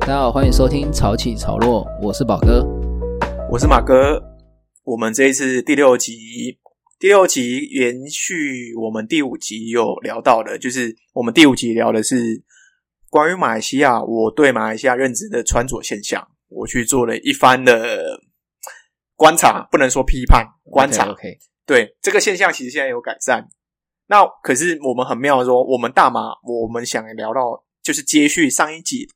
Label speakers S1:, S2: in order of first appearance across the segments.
S1: 大家好，欢迎收听《潮起潮落》，我是宝哥。
S2: 我是马哥。我们这一次第六集，第六集延续我们第五集有聊到的，就是我们第五集聊的是关于马来西亚，我对马来西亚认知的穿着现象，我去做了一番的观察，不能说批判，观察。
S1: OK，,
S2: 对这个现象，其实现在有改善。那可是我们很妙的说，我们大麻，我们想聊到就是接续上一集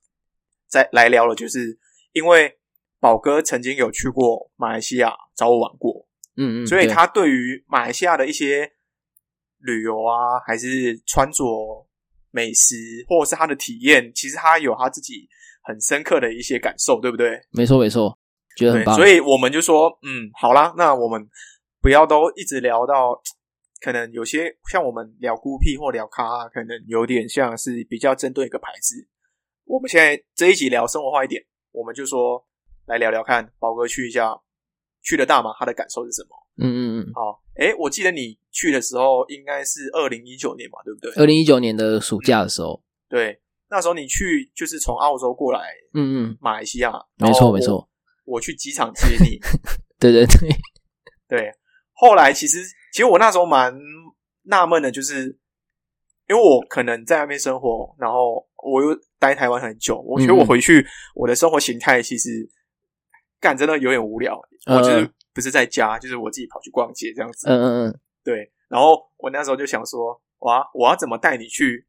S2: 再来聊了，就是因为宝哥曾经有去过马来西亚找我玩过，
S1: 嗯嗯，
S2: 所以
S1: 对
S2: 他对于马来西亚的一些旅游啊，还是穿着、美食，或者是他的体验，其实他有他自己很深刻的一些感受，对不对？
S1: 没错没错，觉得很
S2: 对，
S1: 棒。
S2: 所
S1: 以
S2: 以我们就说，嗯，好啦，那我们不要都一直聊到，可能有些像我们聊孤僻或聊咖、可能有点像是比较针对一个牌子。我们现在这一集聊生活化一点，我们就说来聊聊看，宝哥去一下去了大马，他的感受是什么？
S1: 嗯嗯嗯，
S2: 好，诶，我记得你去的时候应该是二零一九年嘛，对不对？
S1: 二零一九年的暑假的时候，
S2: 对，那时候你去就是从澳洲过来
S1: 嗯嗯，
S2: 马来西亚，
S1: 没
S2: 然后
S1: 错
S2: 哦我
S1: 没，错，
S2: 我去机场接你。
S1: 对对对，
S2: 对，后来其实其实我那时候蛮纳闷的，就是因为我可能在那边生活，然后我又待台湾很久，我觉得
S1: 嗯嗯
S2: 我回去我的生活形态其实干真的有点无聊，我就是
S1: 嗯
S2: 不是在家，就是我自己跑去逛街这样子。
S1: 嗯嗯嗯，
S2: 对，然后我那时候就想说，哇，我要怎么带你去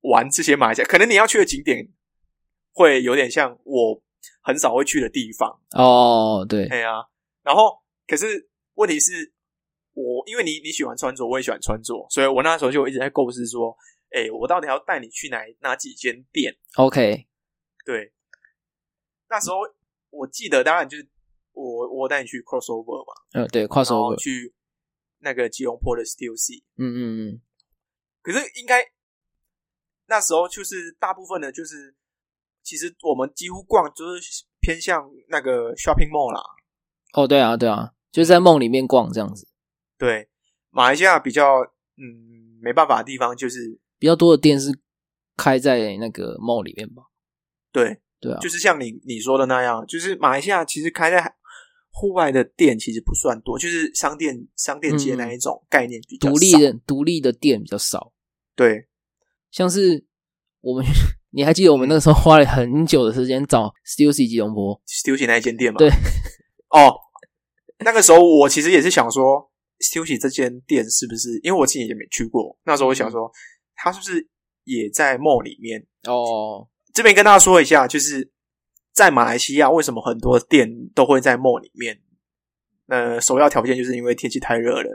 S2: 玩这些马来西亚？可能你要去的景点会有点像我很少会去的地方。
S1: 哦对，
S2: 对啊，然后可是问题是我，因为你你喜欢穿着，我也喜欢穿着，所以我那时候就一直在构思说，哎，我到底要带你去哪哪几间店？
S1: OK，
S2: 对，那时候我记得，当然就是我我带你去 crossover 嘛，
S1: 嗯对，跨
S2: 然
S1: 手
S2: 后
S1: over，
S2: 去那个吉隆坡的 Steel C，
S1: 嗯嗯
S2: 可是应该那时候就是大部分的，就是其实我们几乎逛就是偏向那个 shopping mall 啦，
S1: 嗯，哦对啊对啊，就是在梦里面逛这样子，
S2: 对，马来西亚比较嗯没办法的地方就是
S1: 比较多的店是开在那个梦里面吧？
S2: 对，
S1: 对啊，
S2: 就是像你你说的那样，就是马来西亚其实开在户外的店其实不算多，就是商店商店街
S1: 嗯
S2: 那一种概念比较
S1: 独立
S2: 少
S1: 的独立的店比较少，
S2: 对
S1: 像是我们， 你还记得我们那时候花了很久的时间找 Stussy 吉隆坡？
S2: Stussy 那一间店嘛。
S1: 对，
S2: 哦，那个时候我其实也是想说，Stussy 这间店是不是？因为我自己也没去过，那时候我
S1: 嗯
S2: 想说，它是不是也在 mall 里面？
S1: 哦，
S2: 这边跟大家说一下，就是在马来西亚，为什么很多店都会在 mall 里面？呃，首要条件就是因为天气太热了，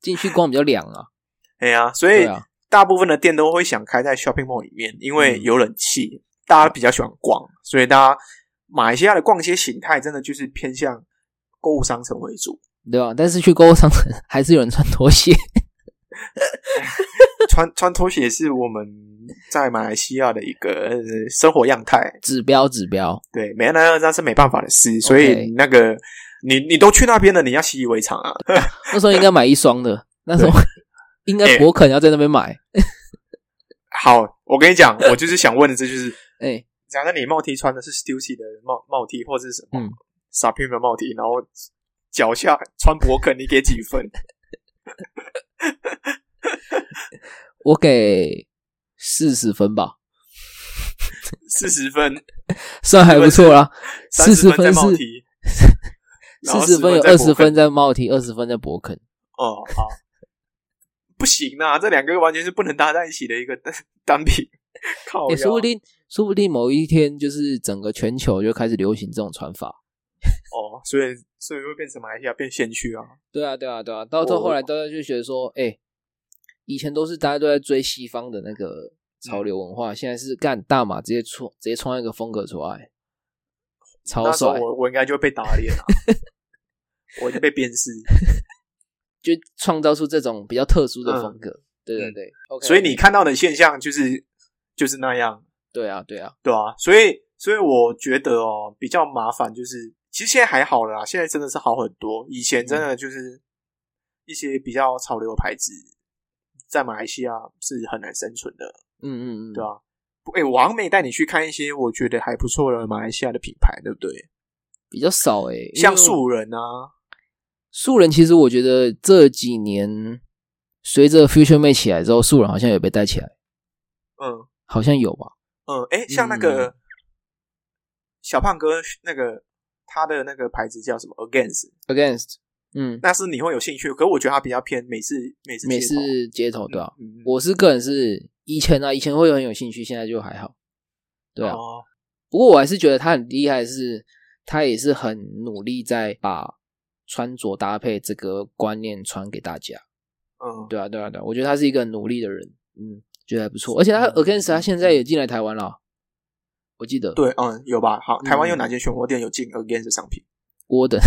S1: 进去逛比较凉啊。
S2: 哎呀、所
S1: 对
S2: 以
S1: 啊，嗯
S2: 大部分的店都会想开在 shopping mall 里面，因为有冷气，大家比较喜欢逛，所以大家马来西亚的逛街形态真的就是偏向购物商城为主，
S1: 对啊，但是去购物商城还是有人穿拖鞋。
S2: 穿穿拖鞋是我们在马来西亚的一个呃生活样态。
S1: 指标指标，
S2: 对，没那那是没办法的事，所以那个你你都去那边了，你要习以为常啊。
S1: 那时候应该买一双 的，那时候应该博肯要在那边买。
S2: 好，我跟你讲，我就是想问的，这就是
S1: 哎、
S2: 假设你帽 T 穿的是 Stussy 的帽帽 T 或者是什么、
S1: 嗯
S2: s u p r e m e 的帽 T，然后脚下穿勃肯，你给几 分？
S1: 我给四十分吧，
S2: 四十分，
S1: 算还不错啦。
S2: 三
S1: 40
S2: 分在
S1: 分
S2: 帽
S1: 是
S2: T，然后
S1: 四十分有
S2: 10
S1: 二
S2: 在勃
S1: 十
S2: 肯
S1: 分在帽 T，二十分在博肯。
S2: 哦，好，不行啊，这两个完全是不能搭在一起的一个单品。 靠
S1: 哎、
S2: 腰，
S1: 说不定，说不定某一天就是整个全球就开始流行这种穿法。
S2: 哦，所以所以会变成马来西亚变先驱啊。
S1: 对啊，对啊，对啊，到到
S2: 我
S1: 后来大家就觉得说，哎、以前都是大家都在追西方的那个潮
S2: 嗯
S1: 流文化，现在是干大马直接创直接创一个风格出来，超
S2: 那时候
S1: 帅，
S2: 我我应该就会被打脸 啊，我就被鞭尸。
S1: 就创造出这种比较特殊的
S2: 嗯
S1: 风格。对对对、o k
S2: 所以你看到的现象就是就是那样。
S1: 对啊，对啊，
S2: 对啊，所以所以我觉得哦，比较麻烦就是，其实现在还好啦，现在真的是好很多。以前真
S1: 嗯
S2: 的就是一些比较潮流的牌子，在马来西亚是很难生存的，
S1: 嗯嗯嗯，
S2: 对啊。哎、我好像没带你去看一些我觉得还不错的马来西亚的品牌，对不对？
S1: 比较少诶、因为
S2: 像
S1: 我
S2: 素人啊，
S1: 素人，其实我觉得这几年随着 Future Mate 起来之后，素人好像有被带起来，
S2: 嗯
S1: 好像有吧？
S2: 嗯，哎、像那个、小胖哥那个他的那个牌子叫什么 Against，
S1: Against，嗯，
S2: 那是你会有兴趣，可我觉得他比较偏美式美式
S1: 美
S2: 街头
S1: 式街头对啊，
S2: 嗯嗯
S1: 我是个人是以前啊，以前会很有兴趣，现在就还好，对啊。
S2: 哦
S1: 不过我还是觉得他很厉害的是，他也是很努力在把穿着搭配这个观念传给大家。
S2: 嗯，
S1: 对啊，对啊，对啊，我觉得他是一个很努力的人，嗯，觉得还不错。而且他 Against 他现在也进来台湾了，我记得
S2: 对，嗯，有吧？好，台湾
S1: 嗯
S2: 有哪些选货店有进 Against 的商品？
S1: 我等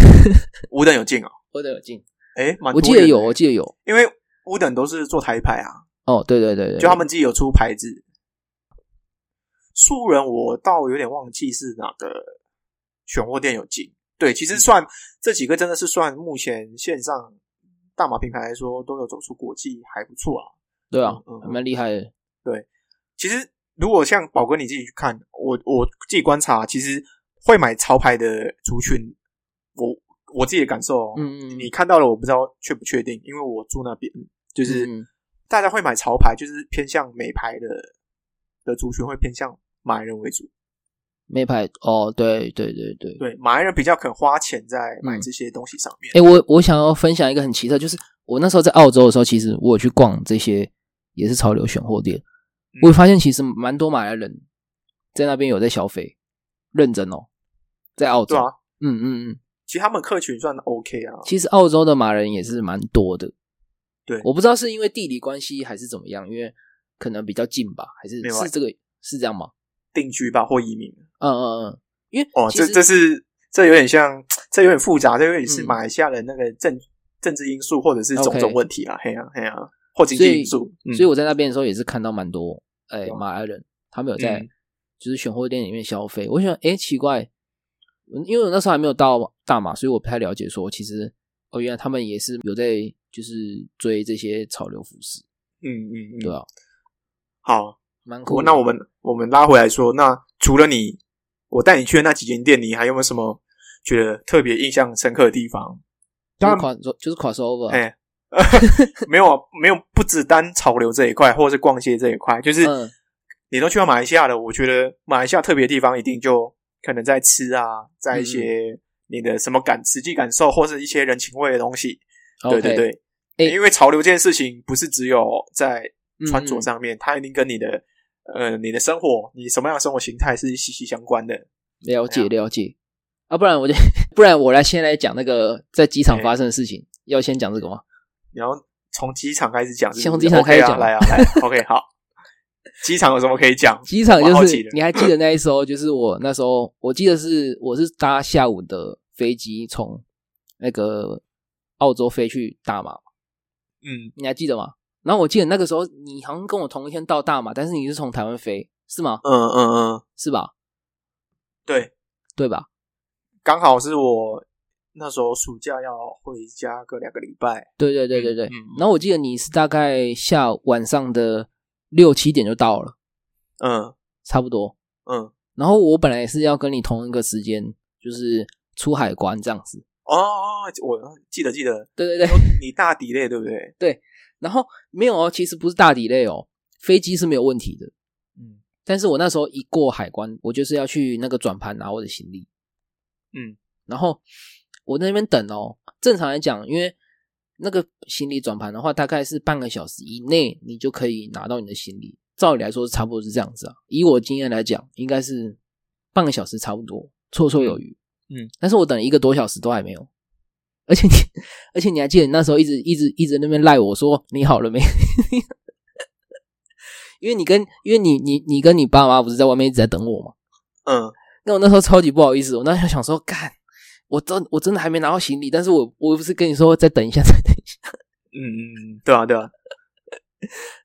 S2: 乌等有进哦，
S1: 我等有进，
S2: 哎、蛮
S1: 我
S2: 多
S1: 记得
S2: 人
S1: 有，
S2: 的
S1: 我记得有。
S2: 因为乌等都是做台牌啊，
S1: 哦，对对对对，
S2: 就他们自己有出牌子。素人我倒有点忘记是哪个选货店有进。对，其
S1: 嗯
S2: 实算、这几个真的是算目前线上大码品牌来说都有走出国际，还不错啊。
S1: 对啊
S2: 嗯嗯，嗯
S1: 还蛮厉害的。
S2: 其实如果像宝哥你自己去看，我我自己观察，其实会买潮牌的族群，我我自己的感受哦，
S1: 嗯嗯嗯
S2: 你看到了我不知道确不确定，因为我住那边，就是、
S1: 嗯嗯
S2: 大家会买潮牌，就是偏向美牌的的族群会偏向马来人为主，
S1: 没牌哦，对对对对。
S2: 对，马来人比较肯花钱在买
S1: 嗯
S2: 这些东西上面，
S1: 哎、我我想要分享一个很奇特，就是我那时候在澳洲的时候，其实我有去逛这些也是潮流选货店，
S2: 嗯
S1: 我会发现其实蛮多马来人在那边有在消费，认真哦，在澳洲，
S2: 对啊，
S1: 嗯嗯嗯，
S2: 其实他们客群算 OK 啊，
S1: 其实澳洲的马来人也是蛮多的，
S2: 对
S1: 我不知道是因为地理关系还是怎么样，因为可能比较近吧，还是
S2: 没有啊
S1: 是这个是这样吗？
S2: 定居吧或移民，
S1: 嗯嗯嗯，因为
S2: 哦，
S1: 其
S2: 这
S1: 实
S2: 这是这有点像，这有点复杂，这有点是
S1: 嗯
S2: 马来西亚人那个政、政治因素或者是种
S1: OK
S2: 种问题啊，嘿啊嘿啊，或经
S1: 所
S2: 济
S1: 以
S2: 因素，嗯、
S1: 所以我在那边的时候也是看到蛮多哎、
S2: 对啊
S1: 马来人，他们有在
S2: 嗯
S1: 就是选货店里面消费。我想哎、奇怪，嗯因为我那时候还没有到大马，所以我不太了解说其实哦原来他们也是有在就是追这些潮流服饰，
S2: 嗯嗯嗯，
S1: 对啊，
S2: 好，
S1: 蛮酷
S2: 我
S1: 的。
S2: 那我们我们拉回来说，那除了你，我带你去的那几间店，你还有没有什么觉得特别印象深刻的地方？
S1: 就是
S2: 当
S1: cross 就是 crossover，啊、
S2: 哎、 没有啊，没有，不只单潮流这一块，或者是逛街这一块，就是、
S1: 嗯
S2: 你都去到马来西亚了，我觉得马来西亚特别的地方一定就可能在吃啊，在一
S1: 嗯
S2: 些你的什么感、实际感受，或是一些人情味的东西。对
S1: OK
S2: 对对，
S1: 诶
S2: 因为潮流这件事情不是只有在穿着
S1: 嗯嗯
S2: 上面，它一定跟你的呃你的生活，你什么样的生活形态是息息相关的。
S1: 了
S2: 哎
S1: 解
S2: 呀
S1: 了解啊，不然我就 不然我来先来讲那个在机场
S2: 哎
S1: 发生的事情，要先讲这个吗？
S2: 你要从机场开始讲是不是，
S1: 先从机场开始
S2: OK 啊
S1: 讲
S2: 来啊来 ，OK 好。机场有什么可以讲？
S1: 机场
S2: 我好
S1: 就
S2: 奇
S1: 是
S2: 的
S1: 你还记得那一时候，就是我那时候我记得是我是搭下午的飞机从那个澳洲飞去大马，
S2: 嗯，
S1: 你还记得吗？然后我记得那个时候你好像跟我同一天到大马，但是你是从台湾飞是吗？
S2: 嗯嗯嗯，
S1: 是吧？
S2: 对，
S1: 对
S2: 嗯
S1: 吧？
S2: 刚好是我那时候暑假要回家个两个礼拜。
S1: 对对对对对。
S2: 嗯嗯
S1: 然后我记得你是大概下午晚上的六七点就到了，
S2: 嗯
S1: 差不多。
S2: 嗯，
S1: 然后我本来是要跟你同一个时间，就是出海关这样子。
S2: 哦哦，我记得记得，
S1: 对对对。
S2: 你大底类对不对？
S1: 然后没有哦，其实不是大 delay 哦，飞机是没有问题的。
S2: 嗯
S1: 但是我那时候一过海关，我就是要去那个转盘拿我的行李，
S2: 嗯，
S1: 然后我在那边等哦。正常来讲，因为那个行李转盘的话，大概是半个小时以内，你就可以拿到你的行李。照理来说，差不多是这样子啊。以我经验来讲，应该是半个小时差不多，绰绰有余。
S2: 嗯，
S1: 但是我等了一个多小时都还没有，而且你，而且你还记得你那时候一直一直一直在那边赖我说你好了没？ 因为你跟因为你你你跟你爸妈不是在外面一直在等我吗？
S2: 嗯
S1: 那我那时候超级不好意思，我那时候想说，干，我真我真的还没拿到行李，但是我我不是跟你说再等一下再等一下，
S2: 嗯嗯，对啊对啊，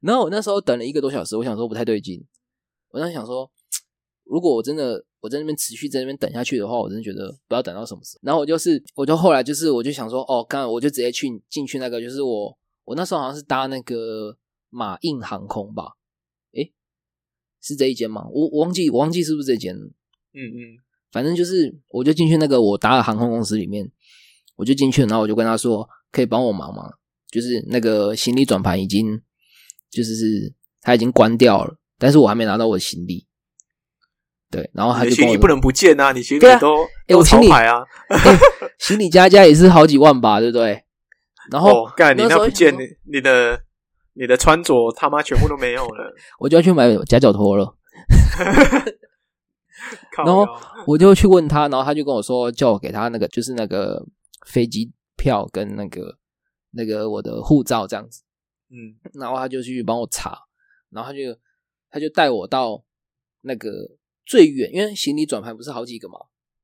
S1: 然后我那时候等了一个多小时，我想说不太对劲，我那时候想说，如果我真的我在那边持续在那边等下去的话，我真的觉得不要等到什么时候。然后我就是我就后来就是我就想说，哦，干，我就直接去进去那个，就是我我那时候好像是搭那个马印航空吧，诶，是这一间吗？我我忘记我忘记是不是这间了，
S2: 嗯嗯，
S1: 反正就是我就进去那个我打的航空公司里面，我就进去，然后我就跟他说，可以帮我忙吗？就是那个行李转盘已经就是是他已经关掉了，但是我还没拿到我的行李。对，然后他
S2: 你
S1: 就
S2: 的行
S1: 跟我
S2: 李
S1: 说
S2: 不能不见啊，你行李
S1: 对啊
S2: 都
S1: 哎我
S2: 都
S1: 行
S2: 潮
S1: 李
S2: 牌啊，
S1: 行李加一加也是好几万吧，对不对？然后、
S2: 哦，干你
S1: 那时
S2: 那
S1: 候
S2: 不
S1: 就想
S2: 见
S1: 说
S2: 你你的你的穿着他妈全部都没有了，
S1: 我就要去买夹脚拖了，
S2: 靠
S1: 然后
S2: 腰
S1: 我就去问他，然后他就跟我说，叫我给他那个就是那个飞机票跟那个那个我的护照这样子，
S2: 嗯
S1: 然后他就去帮我查，然后他就他就带我到那个最远，因为行李转盘不是好几个嘛，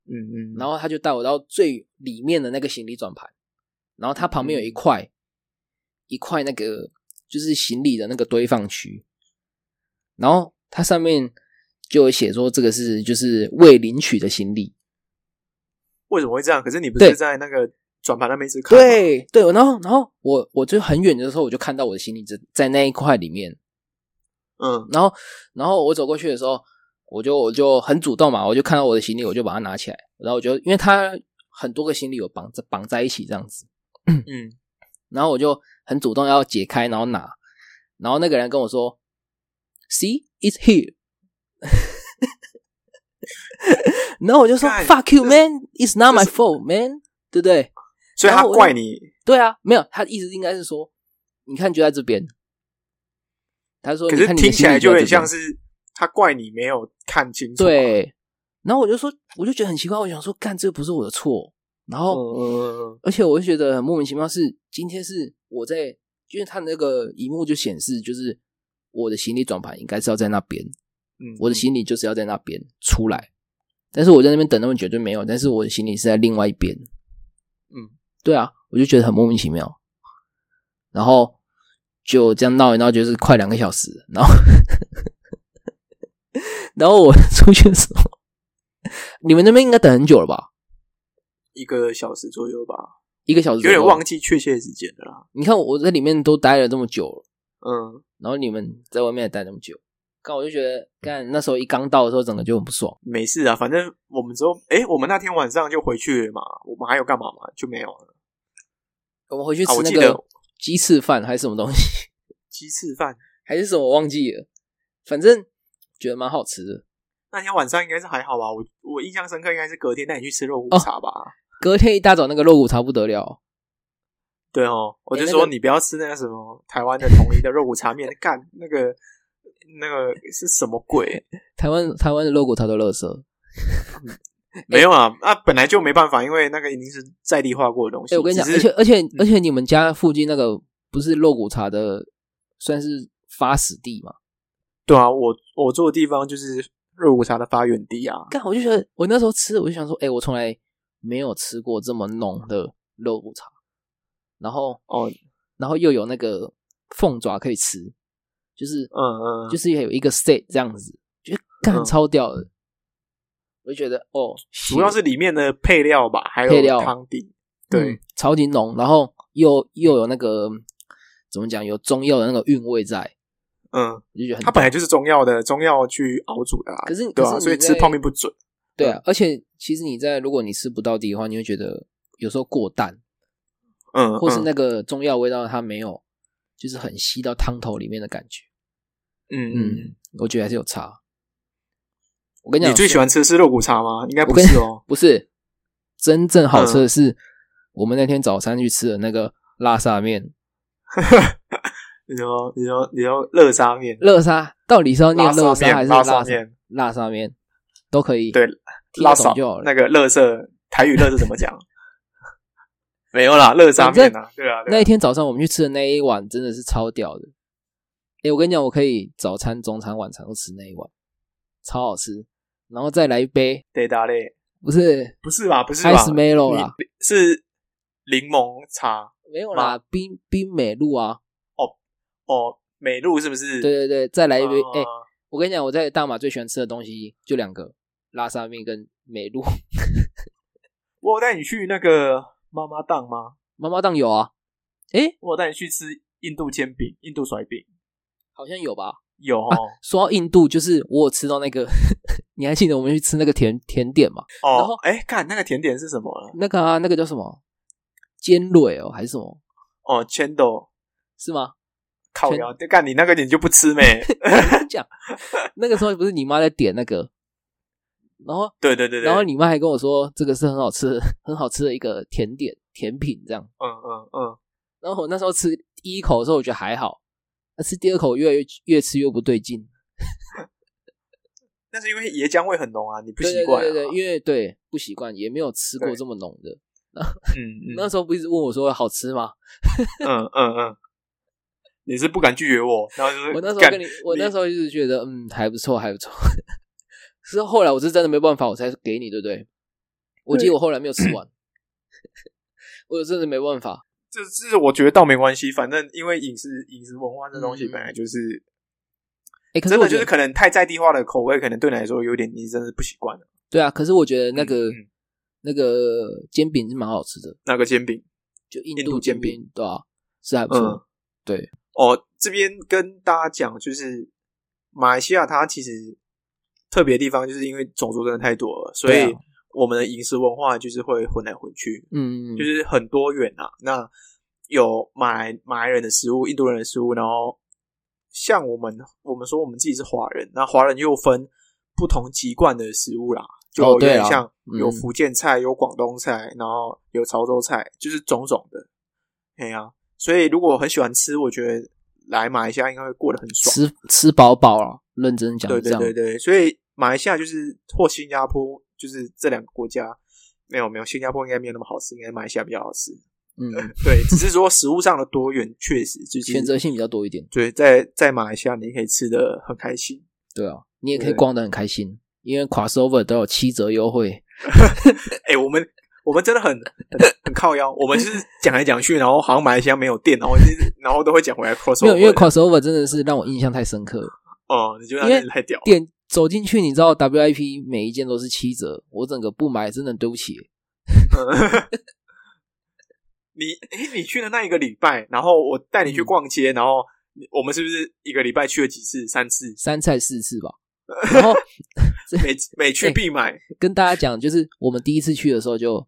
S2: 嗯嗯，
S1: 然后他就带我到最里面的那个行李转盘，然后它旁
S2: 嗯
S1: 边有一块、一块那个就是行李的那个堆放区，然后它上面就有写说这个是就是未领取的行李。
S2: 为什么会这样？可是你不
S1: 对
S2: 是在那个转盘那边一直看吗，
S1: 对对，然后然后我我就很远的时候我就看到我的行李在在那一块里面，
S2: 嗯
S1: 然后然后我走过去的时候，我就我就很主动嘛，我就看到我的行李我就把它拿起来，然后我就因为它很多个行李有绑在绑在一起这样子。
S2: 嗯，
S1: 然后我就很主动要解开，然后拿，然后那个人跟我说，See it's here，然后我就说
S2: 干
S1: Fuck you
S2: 这
S1: man, it's not
S2: 这
S1: my
S2: 是
S1: fault man，对不对？
S2: 所以
S1: 然
S2: 他
S1: 后我
S2: 怪你，
S1: 对啊，没有，他的意思应该是说，你看就在这边。他说，
S2: 可
S1: 你
S2: 是
S1: 看你的
S2: 听起
S1: 行
S2: 来
S1: 李
S2: 就有
S1: 在这
S2: 点
S1: 边
S2: 像是他怪你没有看清楚啊，
S1: 对。然后我就说，我就觉得很奇怪，我想说，干这不是我的错。然
S2: 嗯，
S1: 后
S2: 嗯嗯嗯
S1: 而且我就觉得很莫名其妙是，今天是我在，因为他那个荧幕就显示，就是我的行李转盘应该是要在那边，
S2: 嗯，
S1: 我的行李就是要在那边出来，但是我在那边等那么久就没有，但是我的行李是在另外一边，
S2: 嗯，
S1: 对啊，我就觉得很莫名其妙，然后就这样闹一闹，就是快两个小时，然后 然后我出去的时候，你们那边应该等很久了吧？
S2: 一个小时左右吧，
S1: 一个小时
S2: 有点
S1: 左右
S2: 忘记确切时间了啦。
S1: 你看我在里面都待了这么久了，
S2: 嗯，
S1: 然后你们在外面也待那么久，刚我就觉得，干那时候一刚到的时候，整个就很不爽。
S2: 没事啊，反正我们之后，哎，我们那天晚上就回去了嘛，我们还有干嘛嘛？就没有了。
S1: 我们回去
S2: 啊
S1: 吃
S2: 我
S1: 那
S2: 记
S1: 个
S2: 得
S1: 鸡翅饭还是什么东西，
S2: 鸡翅饭
S1: 还是什么我忘记了，反正觉得蛮好吃的。
S2: 那天晚上应该是还好吧，我我印象深刻应该是隔天带你去吃肉骨茶
S1: 哦
S2: 吧。
S1: 隔天一大早那个肉骨茶不得了，
S2: 对哦，我
S1: 诶
S2: 就
S1: 那
S2: 说
S1: 个
S2: 你不要吃那个什么台湾的统一的肉骨茶面，干那个那个是什么鬼？
S1: 台湾台湾的肉骨茶都垃圾。
S2: 没有啊，那、本来就没办法，因为那个已经是在地化过的东西。
S1: 哎、我跟你讲，
S2: 只
S1: 而
S2: 是
S1: 且
S2: 嗯
S1: 而且而且你们家附近那个不是肉骨茶的，算是发死地嘛？
S2: 对啊，我我住的地方就是肉骨茶的发源地啊。
S1: 干，我就觉得我那时候吃，我就想说，哎、我从来没有吃过这么浓的肉骨茶，然后
S2: 哦，
S1: 然后又有那个凤爪可以吃，就是
S2: 嗯嗯，
S1: 就是有一个 set 这样子，就干
S2: 嗯
S1: 超屌的。我就觉得哦，
S2: 主要是里面的配料吧，还
S1: 配料
S2: 有汤底。对，
S1: 嗯超级浓，然后又又有那个怎么讲，有中药的那个韵味在，
S2: 嗯，
S1: 我就觉得很
S2: 它
S1: 屌。
S2: 本来就是中药的，中药去熬煮的啊。
S1: 可是
S2: 对
S1: 可是
S2: 啊，
S1: 你
S2: 所以吃
S1: 在
S2: 泡面不准。
S1: 对啊，而且其实你在如果你吃不到底的话，你会觉得有时候过淡，
S2: 嗯，
S1: 或是
S2: 嗯
S1: 那个中药味道它没有，就是很吸到汤头里面的感觉。
S2: 嗯
S1: 嗯
S2: 嗯，，
S1: 我觉得还是有差。我跟你讲，
S2: 你最喜欢吃的是肉骨茶吗？应该
S1: 我
S2: 不
S1: 跟
S2: 是哦。
S1: 不是，真正好吃的
S2: 嗯
S1: 是、我们那天早餐去吃的那个拉沙面。
S2: 你说，你说，你说热沙面，
S1: 热沙到底是要念热
S2: 沙面，
S1: 沙还是
S2: 拉
S1: 沙？
S2: 面？
S1: 拉沙面都可以，
S2: 对，
S1: 听
S2: 拉
S1: 得
S2: 沙
S1: 懂就好了。
S2: 那个热色台语热是怎么讲？没有啦，热沙面啊，对啊，
S1: 那
S2: 对
S1: 一
S2: 啊，
S1: 天早上我们去吃的那一碗真的是超屌的。诶，我跟你讲，我可以早餐、中餐、晚餐都吃那一碗，超好吃。然后再来一杯，
S2: 对达嘞，
S1: 不是
S2: 不是吧？不是吧
S1: ice melo
S2: 你
S1: 啦，
S2: 是柠檬茶
S1: 没有啦，冰冰美露啊，
S2: 哦，美露是不是？
S1: 对对对，再来一杯。
S2: 哦
S1: 诶，我跟你讲，我在大马最喜欢吃的东西就两个，拉沙面跟美露。
S2: 我有带你去那个妈妈档吗？
S1: 妈妈档有啊，诶，
S2: 我有带你去吃印度煎饼、印度甩饼，
S1: 好像有吧？
S2: 有
S1: 啊
S2: 哦，
S1: 说到印度，就是我有吃到那个， 你还记得我们去吃那个甜甜点吗？然后
S2: 哦，哎，看那个甜点是什么了？
S1: 那个啊，那个叫什么尖蕊哦，还是什么？
S2: 哦，千豆
S1: 是吗？
S2: 烤窑，干你那个你就不 吃没？
S1: 讲那个时候不是你妈在点那个，然后
S2: 对对对对，
S1: 然后你妈还跟我说这个是很好吃的、 很好吃的一个甜点甜品这样。
S2: 嗯嗯嗯，
S1: 然后我那时候吃第一口的时候，我觉得还好，那吃第二口越来越越吃越不对劲。
S2: 那是因为椰浆味很浓啊，你不
S1: 对
S2: 习
S1: 对
S2: 惯啊。
S1: 对对对，因为对不习惯，也没有吃过
S2: 对
S1: 这么浓的。
S2: 嗯
S1: 那
S2: 嗯
S1: 时候不一直问我说好吃吗？
S2: 嗯嗯嗯，你是不敢拒绝我，然后就是
S1: 我那时候
S2: 呃干
S1: 跟你，我
S2: 你
S1: 那时候就是觉得嗯还不错，还不错。 是后来我是真的没办法，我才给你，对不对？我记得我后来没有吃 完，我真的没办法。
S2: 这这我觉得倒没关系，反正因为饮食饮食文化这东西
S1: 嗯
S2: 本来就是，
S1: 哎、可是
S2: 真
S1: 我
S2: 的
S1: 觉
S2: 就
S1: 得
S2: 是可能太在地化的口味，可能对你来说有点你真的不习惯了。
S1: 对啊，可是我觉得那个、
S2: 嗯嗯
S1: 那个煎饼是蛮好吃的，
S2: 那个煎饼，
S1: 就印
S2: 印
S1: 度
S2: 度煎
S1: 饼，对啊，是还不错。
S2: 嗯，
S1: 对。
S2: 哦，这边跟大家讲，就是马来西亚它其实特别的地方，就是因为种族真的太多了，所
S1: 对啊
S2: 以我们的饮食文化就是会混来混去。
S1: 嗯，嗯
S2: 就是很多元啊。那有马来马来人的食物、印度人的食物，然后像我们我们说我们自己是华人，那华人又分不同籍贯的食物啦，就有
S1: 对
S2: 点
S1: 啊
S2: 像
S1: 嗯
S2: 有福建菜、有广东菜，然后有潮州菜，就是种种的。哎呀、所以如果很喜欢吃，我觉得来马来西亚应该会过得很爽。
S1: 吃吃饱饱了，认真讲
S2: 对
S1: 这
S2: 对
S1: 样。
S2: 对对，所以马来西亚就是或新加坡，就是这两个国家。没有没有，新加坡应该没有那么好吃，应该马来西亚比较好吃。
S1: 嗯，
S2: 对，只是说食物上的多元确实 就是
S1: 选择性比较多一点。
S2: 对，在在马来西亚你可以吃的很开心，
S1: 对啊，你也可以
S2: 对
S1: 逛得很开心，因为 crossover 都有七折优惠。
S2: 哎、我们我们真的很很很靠腰，我们就是讲来讲去，然后好像马来西亚没有店，然后就是然后都会讲回来 cross
S1: 没
S2: over，
S1: 有，因为 crossover 真的是让我印象太深刻了。
S2: 哦、你觉得
S1: 因为
S2: 那太屌了，
S1: 店走进去，你知道 WIP 每一件都是七折，我整个不买真的对不起。
S2: 嗯你哎、你去的那一个礼拜，然后我带
S1: 嗯
S2: 你去逛街，然后你我们是不是一个礼拜去了几次？三次，
S1: 三菜四次 吧。然后
S2: 每每去必买，
S1: 跟大家讲，就是我们第一次去的时候就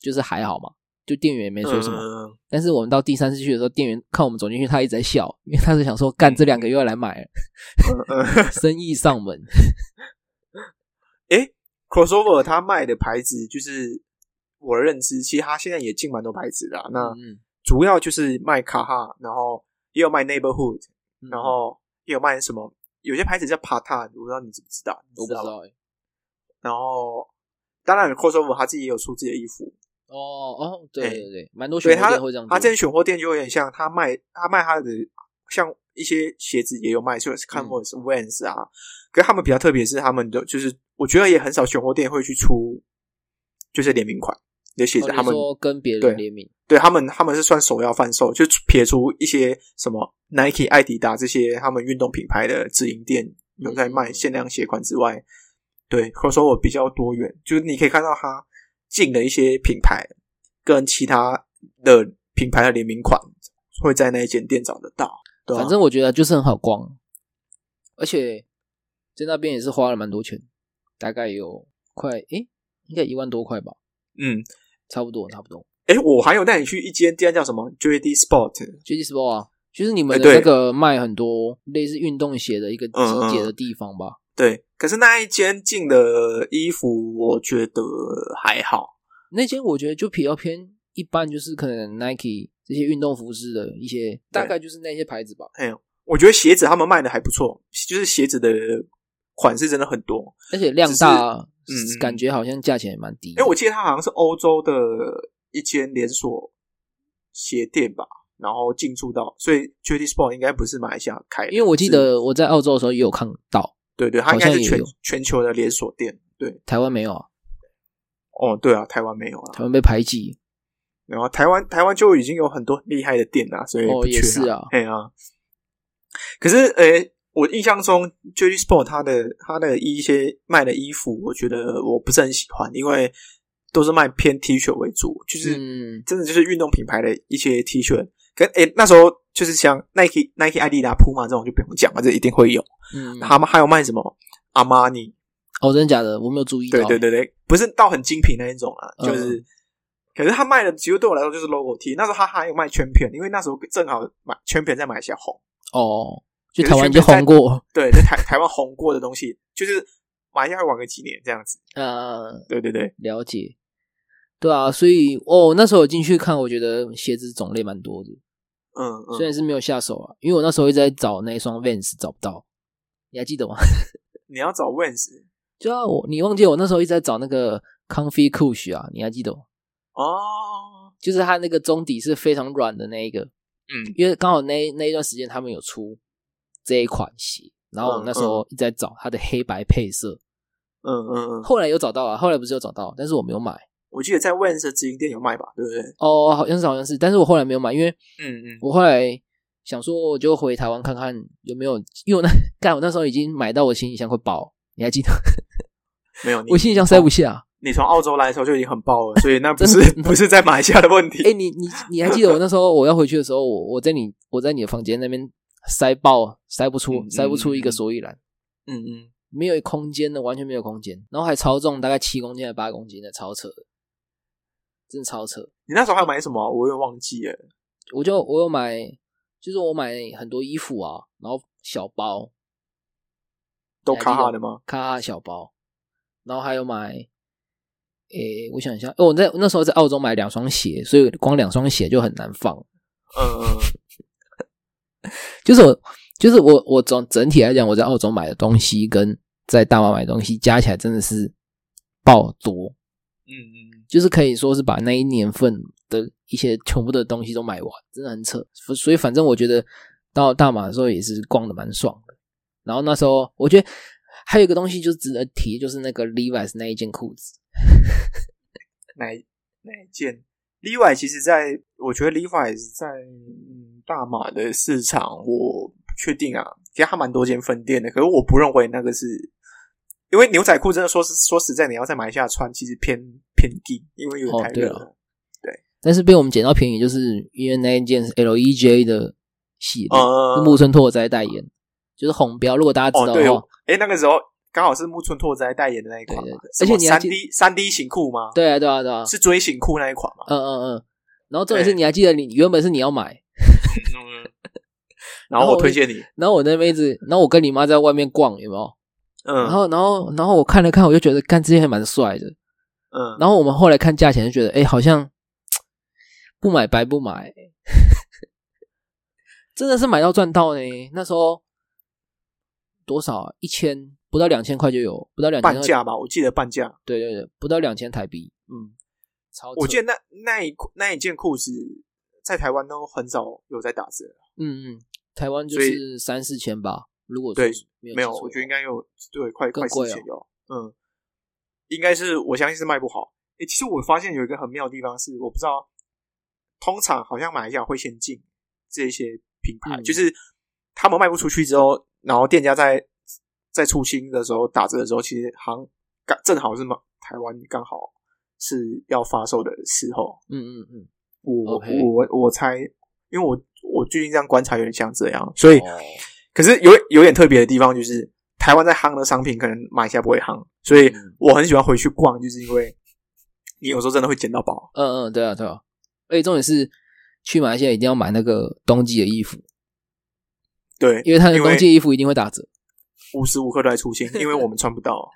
S1: 就是还好嘛，就店员也没说什么。
S2: 嗯
S1: 但是我们到第三次去的时候，店员看我们走进去，他一直在笑，因为他是想说，干这两个又要来买了，
S2: 嗯
S1: 生意上门。
S2: crossover 它卖的牌子，就是我的认知，其实它现在也进蛮多牌子的啊、那
S1: 嗯，
S2: 主要就是卖卡哈，然后也有卖 neighborhood，
S1: 嗯
S2: 然后也有卖什么，有些牌子叫 pata，我不知道你知不知道？你
S1: 我不知
S2: 吧
S1: 道、欸。
S2: 然后当然 crossover 它自己也有出自己的衣服，
S1: 哦哦，对
S2: 哎
S1: 对对对，蛮多
S2: 所以
S1: 选
S2: 它
S1: 店会这样做。
S2: 它这些选货店就有点像它卖它卖它的像一些鞋子也有卖，就
S1: 嗯
S2: 是 Converse、Vans 啊，可是他们比较特别是他们的就是我觉得也很少选货店会去出就是联名款。的鞋子，
S1: 哦
S2: 他们
S1: 你说跟别
S2: 对
S1: 人联名，
S2: 对他们，他们是算首要贩售，就撇除一些什么 Nike、艾迪达这些他们运动品牌的直营店有在卖限量鞋款之外，对 crossover 比较多元，就是你可以看到它进的一些品牌跟其他的品牌的联名款会在那一间店找得到。对啊、
S1: 反正我觉得就是很好逛，而且在那边也是花了蛮多钱，大概有快诶，应该一万多块吧，
S2: 嗯，
S1: 差不多差不多。
S2: 诶，我还有带你去一间店叫什么 JD Sport，
S1: JD Sport 啊，就是你们
S2: 哎
S1: 的
S2: 对
S1: 那个卖很多类似运动鞋的一个
S2: 嗯
S1: 集结的地方吧？
S2: 对，可是那一间进的衣服我觉得还好，
S1: 那间我觉得就比较偏一般，就是可能 Nike 这些运动服饰的一些，大概就是那些牌子吧。
S2: 我觉得鞋子他们卖的还不错，就是鞋子的款式真的很多。
S1: 而且量大，
S2: 只是嗯嗯嗯
S1: 感觉好像价钱也蛮低。
S2: 哎，我记得它好像是欧洲的一间连锁鞋店吧，然后进驻到，所以 JD Sport 应该不是马来西亚开的，
S1: 因为我记
S2: 是
S1: 得我在澳洲的时候也有看到，
S2: 对对，它
S1: 好
S2: 应
S1: 像
S2: 该是
S1: 也
S2: 全
S1: 有
S2: 全球的连锁店。对，
S1: 台湾没有啊，
S2: 哦，对啊，台湾没有啊，
S1: 台湾被排挤。
S2: 然后台湾台湾就已经有很多很厉害的店啦，所以
S1: 哦
S2: 不缺
S1: 也是啊
S2: 对啊。可是，诶、我印象中 j d Sport 它的它的一些卖的衣服，我觉得我不是很喜欢，因为都是卖偏 T 恤为主，就是、
S1: 嗯，
S2: 真的就是运动品牌的一些 T 恤。跟诶、那时候就是像 Nike、Nike、艾迪达、Puma 这种就不用讲了，这一定会有。
S1: 嗯，
S2: 他们还有卖什么阿玛尼？
S1: 哦，真的假的？我没有注意到。
S2: 对对对对，不是到很精品那一种啦，
S1: 嗯
S2: 就是。可是他卖的，其实对我来说就是 logo T。那时候他还有卖圈片，因为那时候正好买圈片在马来西亚红。
S1: 哦，去台湾就红过。
S2: 对，在台 台湾红过的东西，就是马来西亚会玩个几年这样子。
S1: 呃，
S2: 对对对，
S1: 了解。对啊，所以哦，那时候我进去看，我觉得鞋子种类蛮多的，
S2: 嗯
S1: 虽
S2: 嗯，
S1: 然是没有下手啊，因为我那时候一直在找那一双 Vans 找不到，你还记得吗？
S2: 你要找 Vans
S1: 就啊，我你忘记我那时候一直在找那个 Comfy Cush 啊，你还记得吗？
S2: 哦，
S1: 就是它那个中底是非常软的那一个，
S2: 嗯
S1: 因为刚好那那一段时间他们有出这一款鞋，然后我那时候一直在找它的黑白配色，
S2: 嗯嗯嗯，
S1: 后来有找到啊，后来不是有找到，但是我没有买
S2: 我记得在 Vans 的直营店有卖吧，对不对？
S1: 哦，好像是好像是，但是我后来没有买，因为
S2: 嗯嗯，
S1: 我后来想说我就回台湾看看有没有，因为我那干我那时候已经买到我行李箱快爆，你还记得
S2: 没有，你
S1: 我行李箱塞不下？啊
S2: 你从澳洲来的时候就已经很爆了， 所以那不是
S1: 真
S2: 不是在马来西亚的问题。
S1: 哎、你你你还记得我那时候我要回去的时候，我我在你我在你的房间那边塞爆塞不出
S2: 嗯
S1: 塞不出一个所以然。
S2: 嗯嗯，
S1: 没有空间的，完全没有空间，然后还超重，大概七公斤还八公斤的，超扯的，真的超扯。
S2: 你那时候还买什么啊？我有点忘记了。
S1: 我就我有买，就是我买很多衣服啊，然后小包，
S2: 都卡哈的吗？
S1: 咔咔小包，然后还有买，诶、我想一下，哦，我在那时候在澳洲买两双鞋，所以光两双鞋就很难放。
S2: 嗯嗯
S1: 就是我，就是我，我总整体来讲，我在澳洲买的东西跟在大马买的东西加起来真的是爆多，
S2: 嗯嗯，
S1: 就是可以说是把那一年份的一些全部的东西都买完，真的很扯。所所以反正我觉得到大马的时候也是逛的蛮爽的。然后那时候我觉得还有一个东西就值得提，就是那个 Levi's 那一件裤子，
S2: 哪一哪一件？Levi 其实在，我觉得 Levi 是在嗯大马的市场，我不确定啊，其实它蛮多间分店的，可是我不认为那个是，因为牛仔裤真的说是说实在，你要在马来西亚穿，其实偏偏低，因为有点
S1: 哦
S2: 太
S1: 对
S2: 热
S1: 了
S2: 了。
S1: 但是被我们捡到便宜，就是因为那一件是 LEJ 的系列，
S2: 嗯
S1: 是木村拓哉代言，就是红标。如果大家知
S2: 哦，
S1: 道的
S2: 对
S1: 话，
S2: 哦，哎、那个时候刚好是木村拓哉代言的那一款
S1: 对
S2: 嘛
S1: 对对，
S2: 什么
S1: 而且你还
S2: 三
S1: 记
S2: D 三 D 型裤吗？
S1: 对啊，对啊，对啊，
S2: 是锥形裤那一款嘛？
S1: 嗯嗯嗯。然后重点是，
S2: 对
S1: 你还记得你原本是你要买，
S2: 然后我推荐你，
S1: 然后我那妹子，然后我跟你妈在外面逛，有没有？
S2: 嗯，
S1: 然后，然后，然后我看了看，我就觉得干这些还蛮帅的。
S2: 嗯，
S1: 然后我们后来看价钱，就觉得哎、诶好像不买白不买， 真的是买到赚到呢。那时候多少啊？一千不到两千块就有，不到两千
S2: 半，价吧，我记得半价。
S1: 对对对，不到两千台币，
S2: 嗯，
S1: 超扯。
S2: 我记得那那一裤那一件裤子在台湾都很少有在打折，
S1: 嗯嗯，台湾就
S2: 所以
S1: 是三四千吧，如果
S2: 对
S1: 说没有
S2: 没有，
S1: 记错
S2: 我觉得应该有对快
S1: 更
S2: 快
S1: 贵哦
S2: 四千有，嗯，应该是我相信是卖不好。诶，其实我发现有一个很妙的地方是，我不知道，通常好像马来西亚会先进这些品牌，
S1: 嗯
S2: 就是他们卖不出去之后，然后店家在在出新的时候打折的时候，其实行刚正好是嘛，台湾刚好是要发售的时候，
S1: 嗯嗯嗯，
S2: 我
S1: OK
S2: 我我我猜，因为我我最近这样观察有点像这样，所以、
S1: 哦
S2: 可是有有点特别的地方就是，台湾在夯的商品可能马来西亚不会夯，所以
S1: 嗯
S2: 我很喜欢回去逛，就是因为你有时候真的会捡到宝。
S1: 嗯嗯，对啊对啊。而且重点是去马来西亚一定要买那个冬季的衣服，
S2: 对，
S1: 因为它的
S2: 因为
S1: 冬季衣服一定会打折。
S2: 无时无刻都在出现，因为我们穿 不到。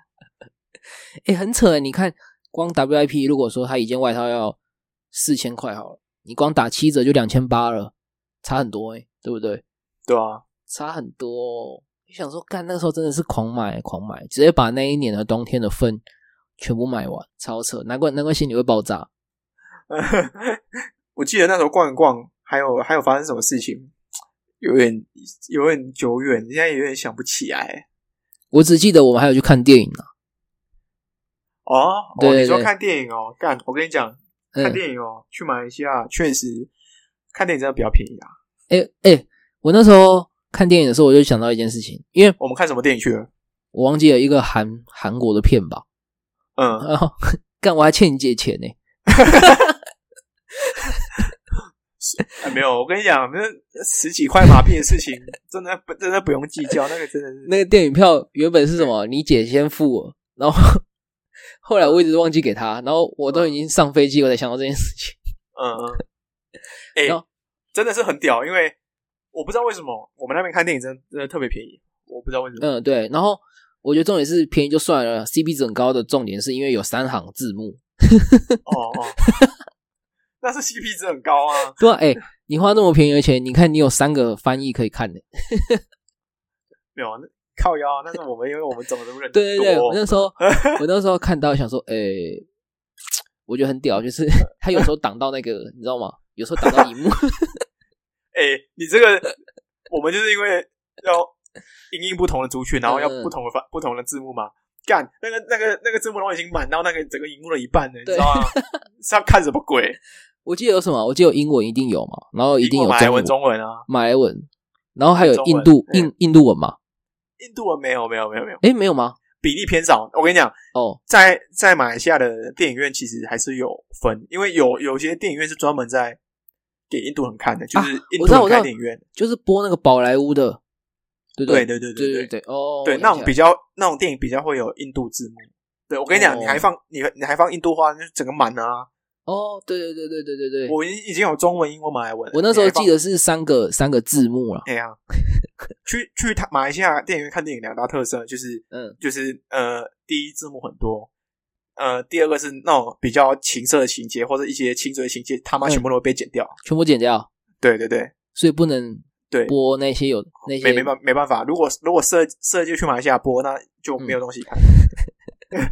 S1: 哎、很扯欸！你看，光 WIP 如果说它一件外套要四千块好了，你光打七折就两千八了，差很多哎、对不对？
S2: 对啊，
S1: 差很多、哦。就想说，干那个时候真的是狂买狂买，直接把那一年的冬天的份全部买完，超扯！难怪难怪心里会爆炸。
S2: 我记得那时候逛一逛，还有还有发生什么事情，有点有点久远，现在有点想不起来。
S1: 我只记得我们还有去看电影啊呢、
S2: 哦，
S1: 对
S2: 哦，
S1: 对
S2: 你说
S1: 对
S2: 看电影哦？干，我跟你讲，看
S1: 嗯，
S2: 电影哦，去马来西亚确实看电影真的比较便宜啊。
S1: 哎哎、欸我那时候看电影的时候，我就想到一件事情，因为
S2: 我们看什么电影去了？
S1: 我忘记了一个韩韩国的片吧，
S2: 嗯，
S1: 然 后干我还欠你借钱呢、
S2: 是哎没有，我跟你讲，那十几块马币的事情， 真的不真的不用计较，那个真的是
S1: 那个电影票原本是什么？你姐先付我，然后后来我一直忘记给她，然后我都已经上飞机，我才想到这件事情。
S2: 嗯嗯，哎、
S1: 然后
S2: 真的是很屌，因为我不知道为什么我们那边看电影真的真的特别便宜，我不知道为什么。
S1: 嗯，对。然后我觉得重点是便宜就算了，CP 值很高的重点是因为有三行字幕。
S2: 哦 哦，那是 CP 值很高啊。
S1: 对啊，哎、你花那么便宜的钱，你看你有三个翻译可以看的。
S2: 没有，那靠腰啊，那是我们因为我们走的路人
S1: 对对对，
S2: 多
S1: 我那时候我那时候看到想说，哎、我觉得很屌，就是他有时候挡到那个，你知道吗？有时候挡到荧幕，
S2: 哎、你这个，我们就是因为要因应不同的族群，然后要
S1: 嗯
S2: 不同的发不同的字幕嘛。干，那个那个那个字幕都已经满到那个整个荧幕的一半了，你
S1: 对
S2: 知道吗？是要看什么鬼？
S1: 我记得有什么？我记得有英文一定有嘛，然后一定有
S2: 英文马来文、
S1: 中
S2: 中文啊，
S1: 马来文，然后还有
S2: 中文
S1: 印度
S2: 嗯
S1: 印印度文嘛？
S2: 印度文没有没有没有没有，
S1: 哎，没有吗？
S2: 比例偏少。我跟你讲，
S1: 哦，
S2: 在在马来西亚的电影院其实还是有分，因为有有些电影院是专门在给印度人看的，就是印
S1: 啊我
S2: 度
S1: 知道
S2: 人
S1: 我知道
S2: 开电影院。
S1: 就是播那个宝莱坞的，对不
S2: 对
S1: 对
S2: 对对
S1: 对
S2: 对
S1: 对，哦，
S2: 对，
S1: 我
S2: 那
S1: 想
S2: 种
S1: 起
S2: 比较那种电影比较会有印度字幕。对我跟你讲，
S1: 哦
S2: 你还放你你还放印度话，就整个满啊！
S1: 来哦，对对对对对对对，我
S2: 我已已经有中文、英文、马来文了。
S1: 我那时候
S2: 你还放
S1: 记，得是三个三个字幕啦。
S2: 哎呀，去去他马来西亚电影院看电影两大特色就是，
S1: 嗯，
S2: 就是呃，第一字幕很多，呃，第二个是那种比较情色的情节或者一些清水的情节，他妈
S1: 嗯
S2: 全部都会被剪掉。
S1: 全部剪掉，
S2: 对对对
S1: 所以不能
S2: 对，
S1: 播那些有那些
S2: 没没办没办法，如果如果设设计去马来西亚播，那就
S1: 嗯
S2: 没有东西看。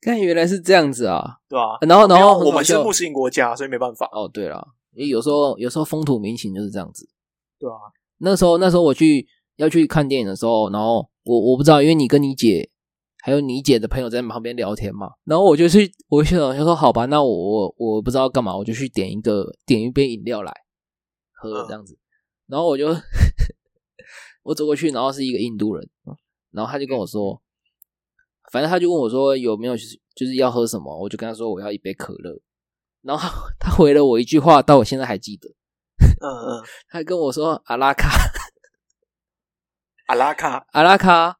S1: 看原来是这样子啊，
S2: 对吧、啊？
S1: 然后然后
S2: 没有
S1: 很
S2: 我
S1: 好
S2: 们是
S1: 笑
S2: 穆斯林国家，所以没办法。
S1: 哦，对了，因为有时候有时候风土民情就是这样子。
S2: 对啊，
S1: 那时候那时候我去要去看电影的时候，然后我我不知道，因为你跟你姐还有你姐的朋友在旁边聊天嘛，然后我就去我就想说好吧，那我我我不知道干嘛，我就去点一个点一杯饮料来喝
S2: 嗯
S1: 这样子，然后我就 我走过去，然后是一个印度人，然后他就跟我说，反正他就问我说有没有就是要喝什么，我就跟他说我要一杯可乐，然后他他回了我一句话，到我现在还记得，
S2: 嗯嗯，
S1: 他跟我说阿拉卡
S2: 阿拉卡
S1: 阿拉卡，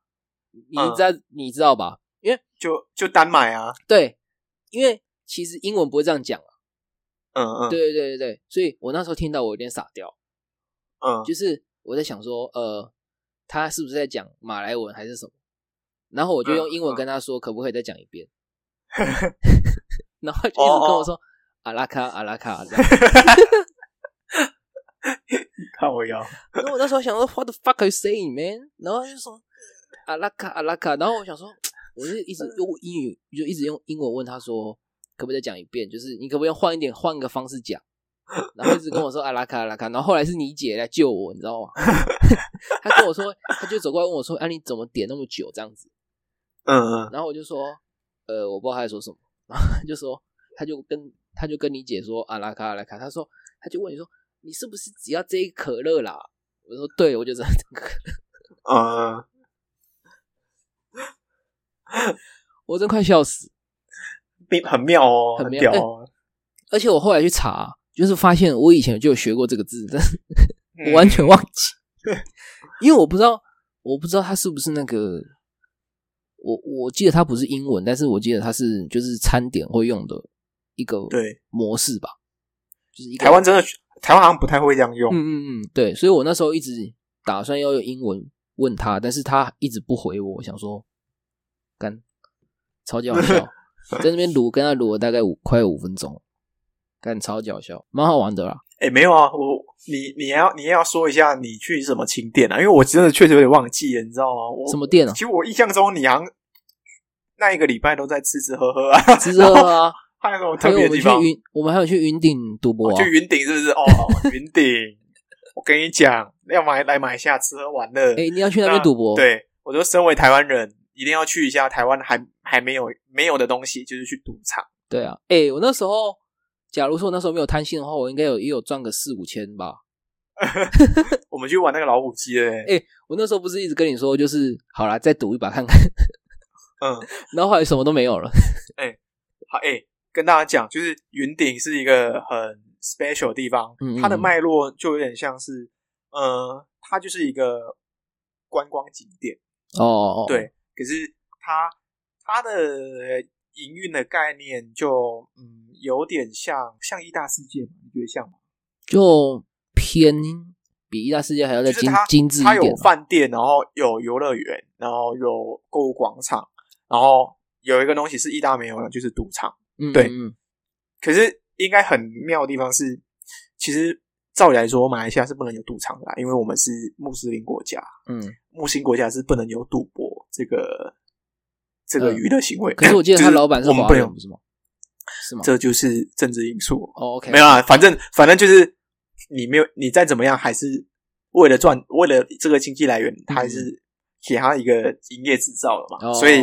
S1: 你
S2: 嗯
S1: 知道、你知道吧？因为
S2: 就就单买啊。
S1: 对，因为其实英文不会这样讲啊，
S2: 嗯嗯，
S1: 对对对对对，所以我那时候听到我有点傻掉，
S2: 嗯
S1: 就是我在想说，呃，他是不是在讲马来文还是什么？然后我
S2: 嗯
S1: 就用英文跟他说，可不可以再讲一遍？ 然后他就一直跟我
S2: 哦
S1: 说阿拉卡阿拉卡这样。
S2: 看我腰。
S1: 然后我那时候想说 What the fuck are you saying, man？然后他就说阿拉卡阿拉卡，然后我想说，我就一直用英语，就一直用英文问他说，可不可以再讲一遍？就是你可不可以换一点，换一个方式讲？然后一直跟我说阿拉卡阿拉卡，然后后来是你姐来救我，你知道吗？ 他跟我说，他就走过来问我说，哎、你怎么点那么久这样子？
S2: 嗯嗯
S1: 然后我就说，呃，我不知道他在说什么，然后他就说，他就跟他就跟你姐说啊阿拉卡阿拉卡，他说他就问你说，你是不是只要这一可乐啦？我说对，我就只要这个可乐，
S2: 嗯，
S1: 我真快笑死。
S2: 并很妙哦，
S1: 很
S2: 很
S1: 妙哎
S2: 屌哦。
S1: 而且我后来去查，就是发现我以前就有学过这个字，但是
S2: 嗯
S1: 我完全忘记， 因为我不知道，我不知道它是不是那个。我我记得它不是英文，但是我记得它是就是餐点会用的一个
S2: 对
S1: 模式吧，就是一个
S2: 台湾真的，台湾好像不太会这样用。
S1: 嗯嗯嗯，对，所以我那时候一直打算要用英文问他，但是他一直不回我，我想说，干，超级好 笑，在那边撸，跟他撸了大概五快五分钟，干超级好笑，蛮好玩的啦。
S2: 哎，没有啊，我你你要你也要说一下你去什么景点啊？因为我真的确实有点忘记了，你知道吗？我
S1: 什么店啊
S2: 其？实我印象中你好像那一个礼拜都在吃吃喝喝啊，
S1: 吃喝喝啊，
S2: 还有什么
S1: 还
S2: 特
S1: 有
S2: 别
S1: 我们
S2: 的地
S1: 去
S2: 方？
S1: 云，我们还有去云顶赌博啊
S2: 去。云顶是不是？哦，云顶，我跟你讲，要买来买下吃喝玩乐。
S1: 哎，你要去那边赌博？，
S2: 对，我就身为台湾人，一定要去一下台湾还还没有没有的东西，就是去赌场。
S1: 对啊。哎，我那时候，假如说我那时候没有贪心的话，我应该有也有赚个四五千吧。
S2: 我们去玩那个老虎机的、欸，
S1: 哎我那时候不是一直跟你说，就是好啦，再赌一把看看，
S2: 嗯，
S1: 然后后来什么都没有了。
S2: 好，哎、跟大家讲，就是云顶是一个很 special 的地方，
S1: 嗯嗯
S2: 它的脉络就有点像是，呃，它就是一个观光景点，
S1: 哦哦，哦，
S2: 对。可是它它的营运的概念就嗯有点像像意大世界嘛，你觉得像吗？
S1: 就偏比一大世界还要再
S2: 就是
S1: 精
S2: 它
S1: 精致一
S2: 它有
S1: 点啊。
S2: 饭店，然后有游乐园，然后有购物广场，然后有一个东西是意大没有的，就是赌场。
S1: 嗯，
S2: 对
S1: 嗯，嗯
S2: 可是应该很妙的地方是，其实照理来说，马来西亚是不能有赌场的啊、因为我们是穆斯林国家，
S1: 嗯，
S2: 穆斯林国家是不能有赌博这个这个
S1: 嗯
S2: 娱乐行为。
S1: 可是我记得他
S2: 就
S1: 老板是
S2: 我们
S1: 华
S2: 不
S1: 人，
S2: 能
S1: 不，是吗？是吗？
S2: 这就是政治因素。
S1: 哦，OK，
S2: 没有啊，反正反正就是你没有，你再怎么样还是为了赚，为了这个经济来源，他还是给他一个营业执照了嘛。
S1: 嗯哦
S2: 所以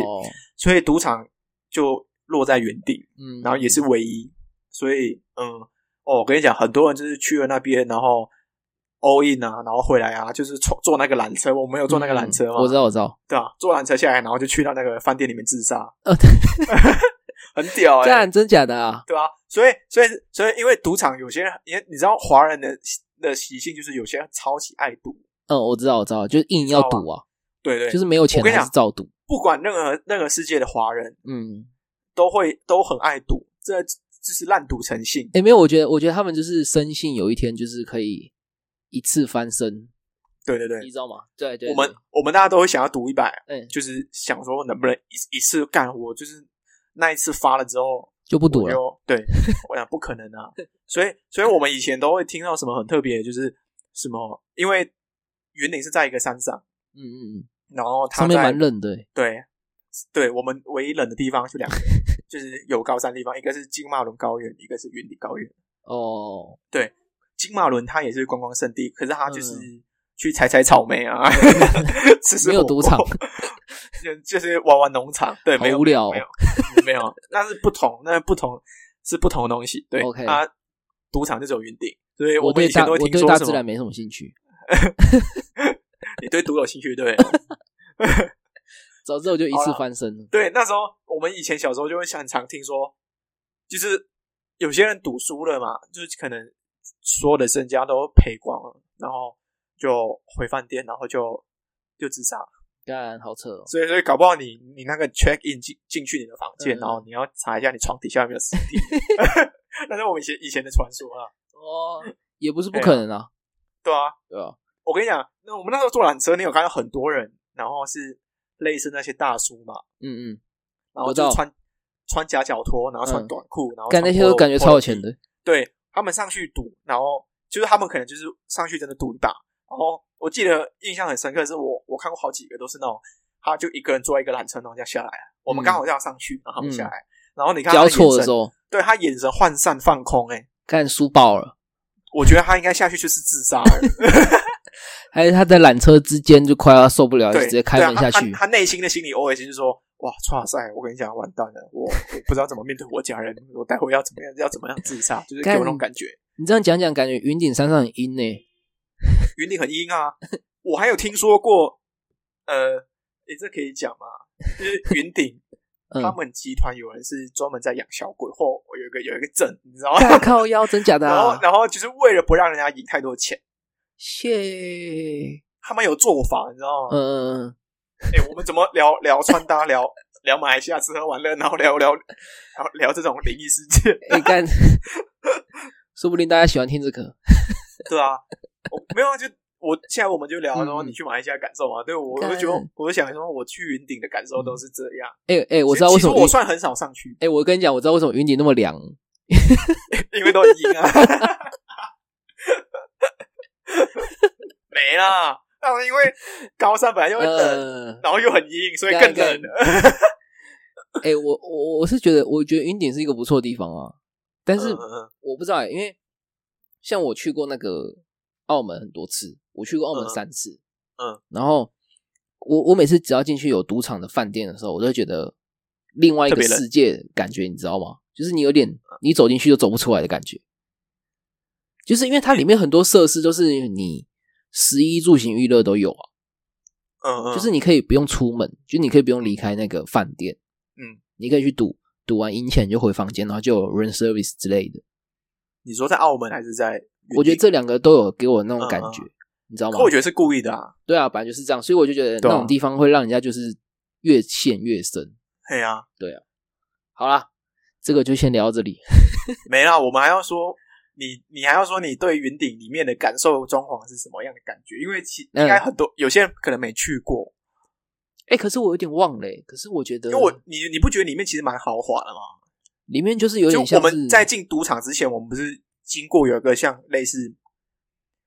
S2: 所以赌场就落在原地。
S1: 嗯，
S2: 然后也是唯一，所以嗯，哦，我跟你讲，很多人就是去了那边，然后 all in 啊，然后回来啊，就是坐坐那个缆车，我没有坐那个缆车
S1: 嗯
S2: 嘛，
S1: 我知道，我知道。
S2: 对啊，坐缆车下来，然后就去到那个饭店里面自杀，
S1: 呃，
S2: 很 屌哎、
S1: 干真假的啊？
S2: 对啊，所以所以所以，因为赌场有些人，因为你知道华人的的习性就是有些人超级爱赌，
S1: 嗯，我知道，我知道，就是硬要赌啊，
S2: 对对，
S1: 就是没有钱
S2: 我跟你
S1: 还
S2: 讲
S1: 是照赌。
S2: 不管任何任何世界的华人
S1: 嗯，
S2: 都会都很爱赌，这这是烂赌成性，
S1: 哎，没有，我觉得，我觉得他们就是深信有一天就是可以一次翻身，
S2: 对对对
S1: 你。知道吗？对对，
S2: 我们我们大家都会想要赌一百，
S1: 嗯
S2: 就是想说能不能一一次干我，就是那一次发了之后
S1: 就不赌
S2: 我
S1: 了。
S2: 就对，我想不可能啊，所以所以我们以前都会听到什么很特别的，就是什么，因为云顶是在一个山上，
S1: 嗯嗯嗯，
S2: 然后它
S1: 上面
S2: 在
S1: 蛮冷的欸。
S2: 对对，我们唯一冷的地方就两个，就是有高山的地方，一个是金马伦高原，一个是云顶高原。
S1: 哦，
S2: 金马伦它也是观光胜地，可是它就是去采采草莓啊， 吃吃
S1: 嗯没有
S2: 火锅
S1: 赌场，
S2: 就就是玩玩农场，对，
S1: 好
S2: 没有
S1: 无聊哦
S2: 没有没有，那是不同，那是不同是不同的东西，对
S1: OK
S2: 啊，赌场就只有云顶，所以
S1: 我
S2: 们
S1: 对
S2: 以前
S1: 大
S2: 都会
S1: 我
S2: 听
S1: 对
S2: 说
S1: 大
S2: 什
S1: 自然
S2: 么，
S1: 没什么兴趣。
S2: 你对赌有兴趣， 对
S1: 早知道我就一次
S2: 好啦
S1: 翻身了。
S2: 对，那时候我们以前小时候就会很常听说，就是有些人赌输了嘛，就是可能所有的身家都赔光了，然后就回饭店，然后就就自杀。
S1: 干，好扯哦。
S2: 所以所以搞不好你你那个 check in 进进去你的房间，
S1: 嗯
S2: 然后你要查一下你床底下有没有尸 体，那是我们以前以前的传说啊，
S1: 哦，也不是不可能啊，
S2: 对啊，
S1: 对啊，
S2: 我跟你讲，那我们那时候坐缆车，你有看到很多人，然后是类似那些大叔嘛，
S1: 嗯嗯，
S2: 然后
S1: 我知
S2: 就
S1: 道
S2: 穿穿夹脚拖，然后穿
S1: 嗯
S2: 短裤，然后
S1: 干
S2: 穿
S1: 那些
S2: 破
S1: 都感觉超有钱，
S2: 破皮
S1: 的，
S2: 对他们上去赌，然后就是他们可能就是上去真的赌一把，然后我记得印象很深刻的是我我看过好几个都是那种，他就一个人坐在一个缆车，然后这样下来，啊我们
S1: 嗯
S2: 刚好这样上去，然后他们下
S1: 嗯
S2: 来，然后你看他
S1: 交
S2: 眼
S1: 错的
S2: 神
S1: 时候
S2: 对他眼神涣散放空、欸，哎，
S1: 干输爆了，
S2: 我觉得他应该下去就是自杀 了，
S1: 还是他在缆车之间就快要受不了，就
S2: 对，
S1: 直接开门下去
S2: 对啊他他，他内心的心理 OS 就是说，哇，哇塞，我跟你讲，完蛋了，我我不知道怎么面对我家人，我待会要怎么样，要怎么样自杀，就是给我
S1: 干
S2: 那种感觉。
S1: 你这样讲讲，感觉云顶山上很 阴呢，
S2: 云顶很阴啊， 我还有听说过，呃，诶、这可以讲吗？就是云顶他
S1: 嗯，
S2: 们集团有人是专门在养小鬼，或有一个有一个镇，你知 道
S1: 干
S2: 吗？
S1: 靠腰，真假的
S2: 然后
S1: 啊，
S2: 然后就是为了不让人家赢太多钱，
S1: 谢，
S2: 他们有做法，你知道吗？
S1: 嗯嗯嗯，
S2: 哎、我们怎么聊聊穿搭，聊聊马来西亚吃喝玩乐，然后聊聊然后聊这种灵异事件，
S1: 哎干， 说不定大家喜欢听这个，
S2: 对啊，我没有啊，就我现在我们就聊，然后
S1: 嗯
S2: 你去马来西亚感受嘛，对我
S1: 干
S2: 我就觉得，我就想说，我去云顶的感受都是这样。
S1: 哎哎，我知道为
S2: 其
S1: 什
S2: 实
S1: 么
S2: 我
S1: 云，
S2: 算很少上去，
S1: 哎，我跟你讲，我知道为什么云顶那么凉，
S2: 因为都很阴啊， 没啦，那是因为高山本来就会冷，
S1: 嗯。
S2: 然后又很阴，所以
S1: 干
S2: 更冷。
S1: 哎、我我我是觉得，我觉得云顶是一个不错的地方啊，但是
S2: 嗯嗯嗯
S1: 我不知道、欸，因为像我去过那个澳门很多次，我去过澳门
S2: 嗯
S1: 三次，
S2: 嗯
S1: 然后我我每次只要进去有赌场的饭店的时候，我都会觉得另外一
S2: 特
S1: 个
S2: 别冷嗯
S1: 世界的感觉，你知道吗？就是你有点你走进去就走不出来的感觉，就是因为它里面很多设施都是你食衣住行娱乐都有啊，
S2: 嗯嗯，
S1: 就是你可以不用出门，就你可以不用离开那个饭店，
S2: 嗯，
S1: 你可以去赌，读完英前就回房间，然后就有 room service 之类的。
S2: 你说在澳门还是在？
S1: 我觉得这两个都有给我那种感觉，
S2: 嗯
S1: 你知道吗
S2: 可？我觉得是故意的啊，
S1: 对啊，本来就是这样，所以我就觉得
S2: 对啊
S1: 那种地方会让人家就是越陷越深。
S2: 嘿啊，
S1: 好啦，这个就先聊到这里。
S2: 没啦，我们还要说你，你还要说你对云顶里面的感受，装潢是什么样的感觉？因为其
S1: 嗯
S2: 应该很多、有些人可能没去过，
S1: 哎、可是我有点忘了、欸，可是我觉得，
S2: 因为我你你不觉得里面其实蛮豪华的吗？
S1: 里面就是有
S2: 就
S1: 点
S2: 我
S1: 像是
S2: 们在进赌场之前，我们不是经过有一个像类似，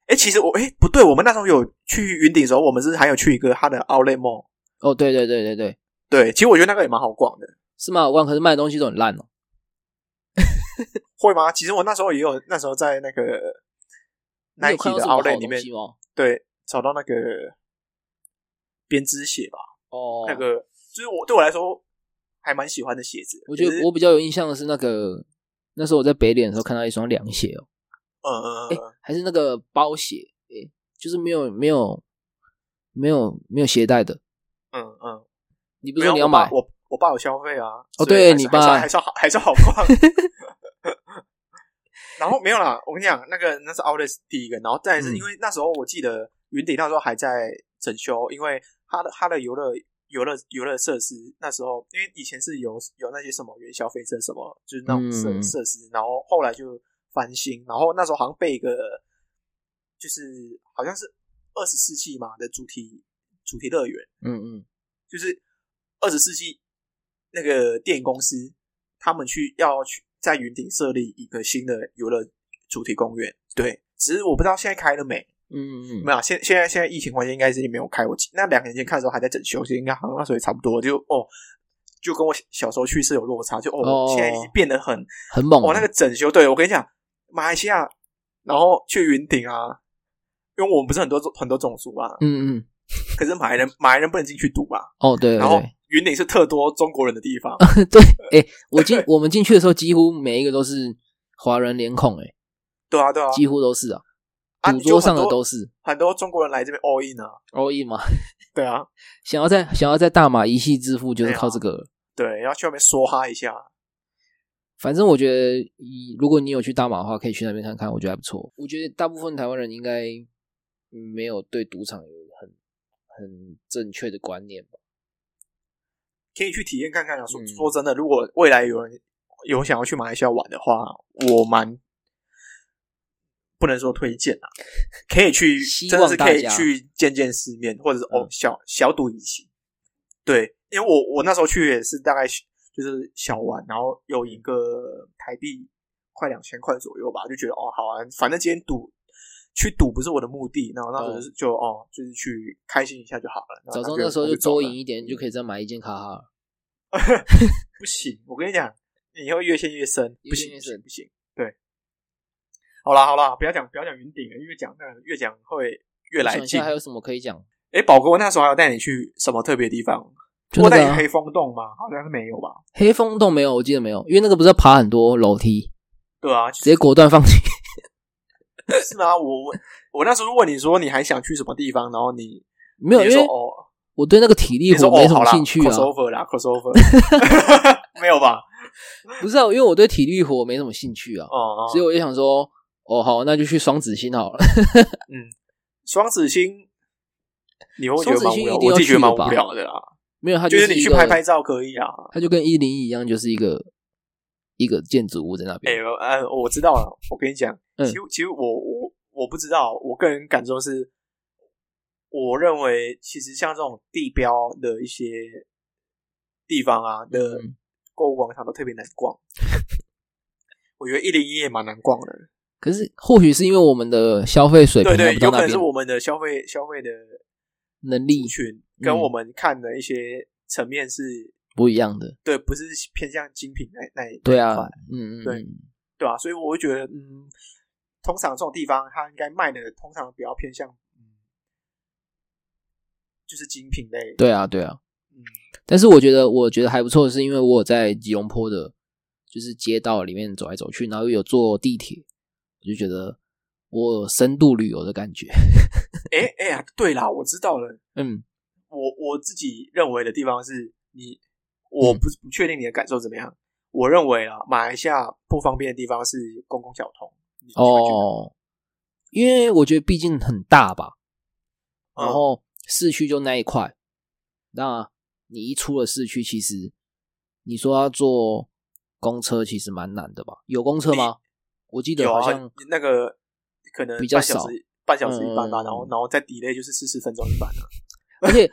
S2: 哎、其实我哎、不对，我们那时候有去云顶的时候，我们是还有去一个它的奥莱 mall，
S1: 哦，对对对对对，
S2: 对，其实我觉得那个也蛮好逛的，
S1: 是蛮好逛，可是卖的东西都很烂哦、
S2: 会吗？其实我那时候也有，那时候在那个
S1: 你有
S2: Nike
S1: 看到
S2: 的
S1: 什么好
S2: 奥莱
S1: 东
S2: 里面
S1: 西，吗？
S2: 对，找到那个编织鞋吧，
S1: 哦，
S2: 那个就是我对我来说还蛮喜欢的鞋子，
S1: 我觉
S2: 可
S1: 得
S2: 是
S1: 我比较有印象的是那个，那时候我在北脸的时候看到一双凉鞋哦、
S2: 嗯嗯
S1: 哎、
S2: 嗯，
S1: 还是那个包鞋，哎、就是没有没有没有没有鞋带的。
S2: 嗯嗯，
S1: 你不
S2: 没
S1: 是说
S2: 有
S1: 你要
S2: 我爸
S1: 买？
S2: 我我爸有消费啊，
S1: 哦
S2: 所以还
S1: 对
S2: 是
S1: 你
S2: 还是
S1: 爸
S2: 还是好还是 好逛。然后没有啦，我跟你讲，那个那是 Outlet 第一个，然后再来是
S1: 嗯
S2: 因为那时候我记得云顶那时候还在整修，因为它的它的游乐游乐游乐设施那时候，因为以前是有有那些什么元宵飞车什么，就是那种设
S1: 嗯
S2: 设施，然后后来就翻新，然后那时候好像被一个就是好像是二十世纪嘛的主题主题乐园。
S1: 嗯嗯，
S2: 就是二十世纪那个电影公司，他们去要去在云顶设立一个新的游乐主题公园。对，只是我不知道现在开了没，
S1: 嗯嗯
S2: 没有啊。现现在现在疫情环境应该是没有开。我记那两年前看的时候还在整修，其实应该好像那时候也差不多。就哦，就跟我小时候去是有落差，就哦，
S1: 哦
S2: 现在已经变得很
S1: 很猛、
S2: 哦，那个整修，对我跟你讲，马来西亚，然后去云顶啊，因为我们不是很多种很多种族嘛，
S1: 嗯嗯，
S2: 可是马来人马来人不能进去赌嘛，
S1: 哦对
S2: 然后
S1: 对
S2: 云顶是特多中国人的地 方，
S1: 对对，哎、我进 我们进去的时候，几乎每一个都是华人脸孔、哎，
S2: 对啊对啊，
S1: 几乎都是啊，
S2: 啊
S1: 赌桌上的
S2: 你就很多
S1: 都是
S2: 很多中国人来这边 all in 啊，
S1: all in 嘛，
S2: 对啊，
S1: 想要在想要在大马一夕致富，就是
S2: 对啊
S1: 靠这个了。
S2: 对，然后去外面梭哈一下，
S1: 反正我觉得，以如果你有去大马的话，可以去那边看看，我觉得还不错。我觉得大部分台湾人应该没有对赌场有很很正确的观念吧。
S2: 可以去体验看看啊。说
S1: 嗯
S2: 说真的，如果未来有人有想要去马来西亚玩的话，我蛮不能说推荐啊， 可以去，
S1: 希
S2: 真
S1: 望
S2: 的是可以
S1: 大家
S2: 去见见世面，或者是哦
S1: 嗯
S2: 小小赌怡情。对，因为我我那时候去也是大概就是小玩，然后有一个台币快两千块左右吧，就觉得哦好啊，反正今天赌去赌不是我的目的，然后那时候就是就、哦就是去开心一下就好了。然后
S1: 嗯早上
S2: 啊就
S1: 那时候
S2: 我
S1: 就
S2: 走
S1: 多
S2: 了嗯
S1: 赢一点，你就可以再买一件卡哈了。
S2: 不行，我跟你讲，你会越陷越深，
S1: 越
S2: 不
S1: 陷
S2: 行，
S1: 越
S2: 不行，
S1: 深
S2: 不行。对，好啦好啦，不要讲不要讲云顶了，越讲那个越讲会越来
S1: 想一
S2: 劲
S1: 下。还有什么可以讲？
S2: 哎，宝哥那时候还有带你去什么特别地方？
S1: 就
S2: 我
S1: 那
S2: 带
S1: 个
S2: 你
S1: 啊、
S2: 黑风洞吗？好像是没有吧？
S1: 黑风洞没有，我记得没有，因为那个不是要爬很多楼梯，
S2: 对啊，
S1: 直接果断放弃。
S2: 是吗？我我我那时候问你说你还想去什么地方，然后你
S1: 没有，
S2: 你
S1: 因
S2: 就
S1: 为
S2: 说哦，
S1: 我对那个体力
S2: 你说
S1: 活
S2: 哦
S1: 没什
S2: 好
S1: 么
S2: 啦
S1: 兴趣啊。
S2: ，crossover 啦，crossover，没 有吧？
S1: 不是啊，因为我对体力活没什么兴趣啊，
S2: 哦，哦
S1: 所以我就想说，哦好，那就去双子星好了。
S2: 双子星，你会不会觉得
S1: 双
S2: 蛮
S1: 子星
S2: 无聊，
S1: 一定
S2: 我
S1: 要
S2: 自己觉得
S1: 去
S2: 蛮
S1: 的
S2: 无
S1: 吧
S2: 聊的啦。
S1: 没有，它
S2: 就是是你
S1: 一
S2: 去
S1: 个
S2: 拍拍照可以啊，
S1: 它就跟一零一样，就是一个一个建筑物在那
S2: 哎、
S1: 边。
S2: 呃，我知道了。我跟你讲，
S1: 嗯
S2: 其实其实我我我不知道，我个人感受是，我认为其实像这种地标的一些地方啊的
S1: 嗯
S2: 购物广场都特别难逛。我觉得一零一也蛮难逛的，
S1: 可是或许是因为我们的消费水平
S2: 对
S1: 还
S2: 对，
S1: 不到
S2: 有可
S1: 那
S2: 能是
S1: 边，
S2: 我们的消费消费的
S1: 能力
S2: 族群跟
S1: 嗯
S2: 我们看的一些层面是，
S1: 不一样的。
S2: 对，不是偏向精品那那一
S1: 对
S2: 那一
S1: 啊
S2: 块，
S1: 嗯嗯，
S2: 对
S1: 嗯
S2: 对啊，所以我会觉得，嗯，通常这种地方它应该卖的通常比较偏向，嗯，就是精品类。
S1: 对啊对啊
S2: 嗯。
S1: 但是我觉得我觉得还不错，是因为我有在吉隆坡的，就是街道里面走来走去，然后又有坐地铁，我就觉得我有深度旅游的感觉。
S2: 哎哎呀，对啦，我知道了。
S1: 嗯，
S2: 我我自己认为的地方是你，我
S1: 嗯
S2: 不不确定你的感受怎么样。我认为啊，马来西亚不方便的地方是公共交通。你，
S1: 哦，因为我觉得毕竟很大吧，
S2: 你会觉得
S1: 然后市区就那一块，那你一出了市区，其实你说要坐公车，其实蛮难的吧？有公车吗？我记
S2: 嗯
S1: 得
S2: 有
S1: 好
S2: 啊
S1: 像，
S2: 那个可能
S1: 比较
S2: 半小
S1: 少
S2: 时半小时一班吧，
S1: 嗯
S2: 然后然后再 delay 就是四十分钟一班啊了。
S1: 而且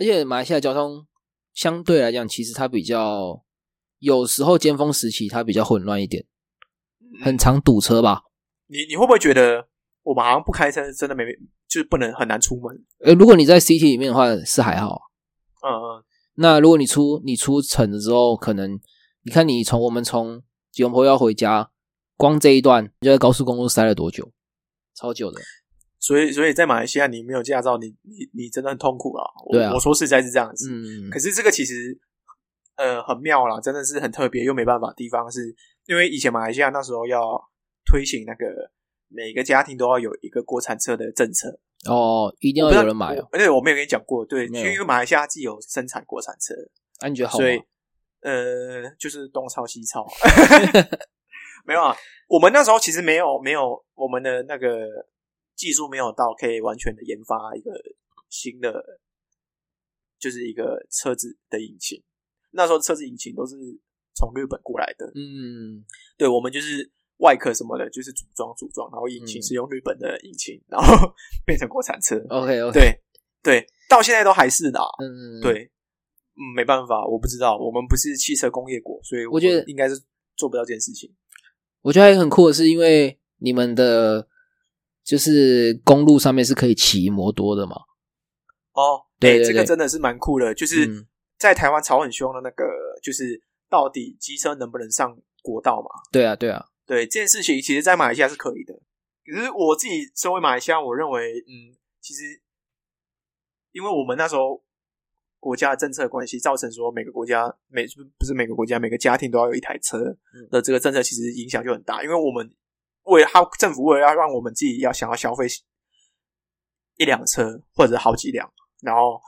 S1: 而且马来西亚交通相对来讲，其实它比较有时候尖峰时期它比较混乱一点，
S2: 嗯
S1: 很常堵车吧。
S2: 你你会不会觉得我们好像不开车真的没就是不能很难出门？
S1: 呃，如果你在 CT 里面的话是还好啊，
S2: 嗯嗯
S1: 那如果你出你出城了之后，可能你看你从我们从吉隆坡要回家，光这一段你就在高速公路塞了多久？超久的。
S2: 所以所以在马来西亚你没有驾照，你你你真的很痛苦啊！我
S1: 对啊
S2: 我说实在是这样子。
S1: 嗯
S2: 可是这个其实呃很妙啦，真的是很特别又没办法的地方是，因为以前马来西亚那时候要推行那个每个家庭都要有一个国产车的政策，
S1: 哦，一定要
S2: 我不知道
S1: 有人买哦。
S2: 而且我没有跟你讲过，对，
S1: 没有
S2: 因为马来西亚既有生产国产车，
S1: 啊，你觉得好吗
S2: 所？以呃就是东抄西抄，啊 没有啊，我们那时候其实没有没有我们的那个技术没有到可以完全的研发一个新的，就是一个车子的引擎。那时候车子引擎都是从日本过来的，
S1: 嗯，
S2: 对我们就是外壳什么的，就是组装组装，然后引擎
S1: 嗯
S2: 是用日本的引擎，然后 变成国产车。
S1: OK OK，，
S2: 对对，到现在都还是的啊、
S1: 嗯，
S2: 对，嗯，没办法，我不知道，我们不是汽车工业国，所以
S1: 我觉得
S2: 们应该是做不到这件事情。
S1: 我觉得还很酷的是，因为你们的就是公路上面是可以骑摩托的嘛。
S2: 哦，
S1: 对
S2: 欸
S1: 对
S2: 这个
S1: 对
S2: 真的是蛮酷的，就是
S1: 嗯，
S2: 在台湾吵很凶的那个，就是到底机车能不能上国道嘛？
S1: 对啊，对啊，
S2: 对这件事情，其实在马来西亚是可以的。可是我自己身为马来西亚，我认为，嗯，其实因为我们那时候国家的政策的关系，造成说每个国家每不是每个国家每个家庭都要有一台车的这个政策，其实影响就很大。因为我们为了他政府为了要让我们自己要想要消费一辆车或者好几辆，然后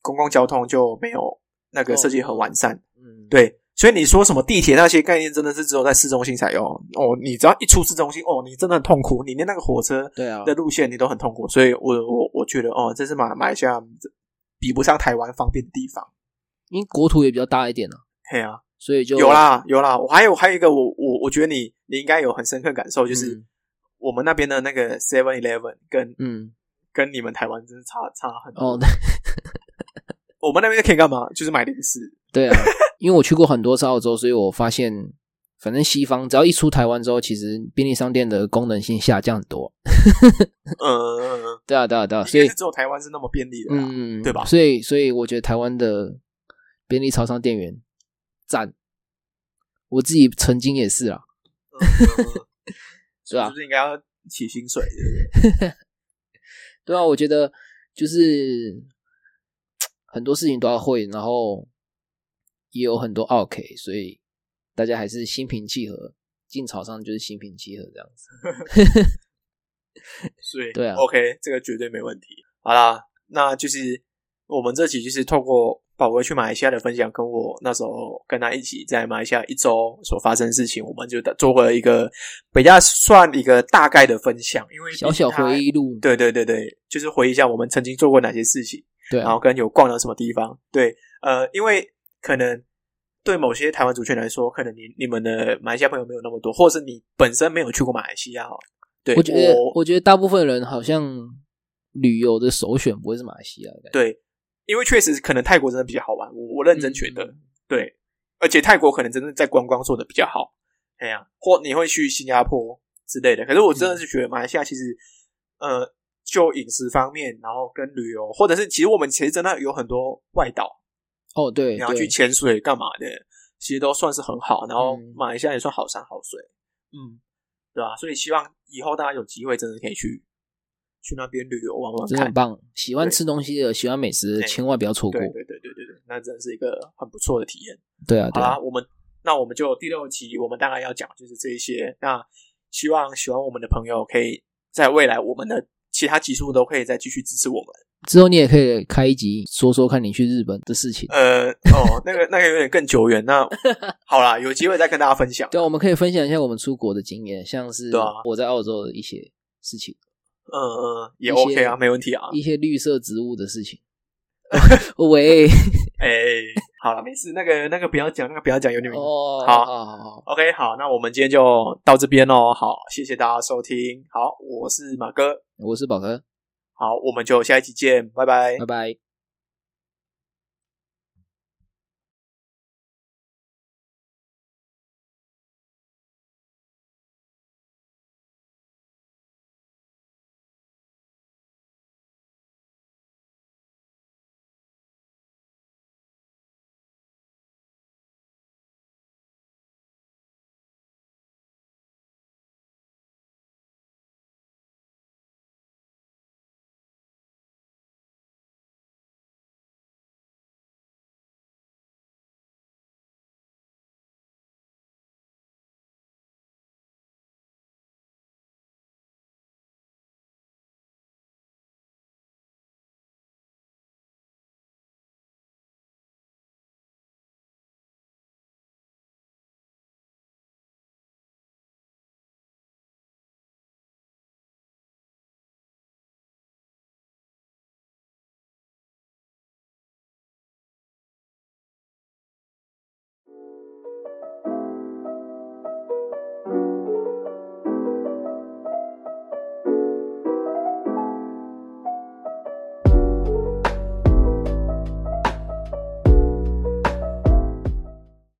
S2: 公共交通就没有那个设计很完善，
S1: 嗯，，
S2: 对，所以你说什么地铁那些概念，真的是只有在市中心才有哦。你只要一出市中心，哦，你真的很痛苦，你连那个火车
S1: 对啊，
S2: 的路线你都很痛苦。所以我我我觉得，哦，这是马马来西亚比不上台湾方便的地方。
S1: 因为国土也比较大一点啊，
S2: 嘿啊，
S1: 所以就
S2: 有，啦有啦，我还有还有一个，我我我觉得你你应该有很深刻感受，就是、
S1: 嗯
S2: 我们那边的那个 Seven Eleven 跟
S1: 嗯，
S2: 跟你们台湾真的差差很多。
S1: 哦，
S2: 我们那边可以干嘛？就是买零 食。
S1: 对啊，因为我去过很多次澳洲，所以我发现，反正西方只要一出台湾之后，其实便利商店的功能性下降很多。
S2: 嗯，
S1: 对啊，对啊，对啊，
S2: 应
S1: 所
S2: 该
S1: 以
S2: 是只有台湾是那么便利的啦。
S1: 嗯，
S2: 对吧
S1: 所以，所以我觉得台湾的便利超商店员赞，我自己曾经也是啊，
S2: 嗯
S1: 对啊
S2: 是不是应该要起薪水？
S1: 对啊，我觉得就是很多事情都要会，然后也有很多 OK，所以大家还是心平气和，进潮商就是心平气和这样子。
S2: 所以
S1: 对啊
S2: ，OK，这个绝对没问题。好啦，那就是我们这期就是透过宝哥去马来西亚的分享，跟我那时候跟他一起在马来西亚一周所发生的事情，我们就做过一个比较算一个大概的分享，因为毕竟
S1: 小小
S2: 他
S1: 回。忆录，
S2: 对对对对，就是回忆一下我们曾经做过哪些事情，
S1: 对
S2: 然
S1: 啊
S2: 后，跟有逛到什么地方。对，呃，因为可能对某些台湾族群来说，可能你你们的马来西亚朋友没有那么多，或者是你本身没有去过马来西亚哦。对，
S1: 我觉得我觉得大部分人好像旅游的首选不会是马来西亚的感觉，
S2: 对，因为确实可能泰国真的比较好玩，我我认真觉得、
S1: 嗯
S2: 对，而且泰国可能真的在观光做的比较好，哎呀、或你会去新加坡之类的。可是我
S1: 嗯
S2: 真的是觉得马来西亚其实，呃，就饮食方面，然后跟旅游，或者是其实我们其实真的有很多外岛，
S1: 哦，对，
S2: 你要
S1: 对
S2: 去潜水干嘛的，其实都算是很好。然后
S1: 嗯
S2: 马来西亚也算好山好水，嗯，对吧、所以希望以后大家有机会真的可以去去那边旅游玩玩
S1: 真的
S2: 看
S1: 很。棒。喜欢
S2: 对
S1: 吃东西的，喜欢美食的，
S2: 对
S1: 千万不要错过。
S2: 对对对对对对，那真的是一个很不错的体验。
S1: 对啊，
S2: 好
S1: 对啊
S2: 啦，，我们那我们就第六期，我们大概要讲就是这一些。那希望喜欢我们的朋友可以在未来我们的其他集数都可以再继续支持我们。
S1: 之后你也可以开一集说说看你去日本的事情。
S2: 呃，哦，那个那个有点更久远。 那好啦，有机会再跟大家分享。
S1: 对啊，我们可以分享一下我们出国的经验，像是
S2: 对啊
S1: 我在澳洲的一些事情，
S2: 嗯嗯，也
S1: 一些
S2: OK 啊，没问题啊。
S1: 一些绿色植物的 事情。 喂，
S2: 哎、好了，没事。那个那个不要讲，那个不要讲，有点敏感
S1: 哦，
S2: 好
S1: 好好好，
S2: OK，好，那我们今天就到这边喽。好，谢谢大家收听。好，我是马哥。
S1: 我是宝哥，
S2: 好，我们就下一集见，拜拜
S1: 拜拜。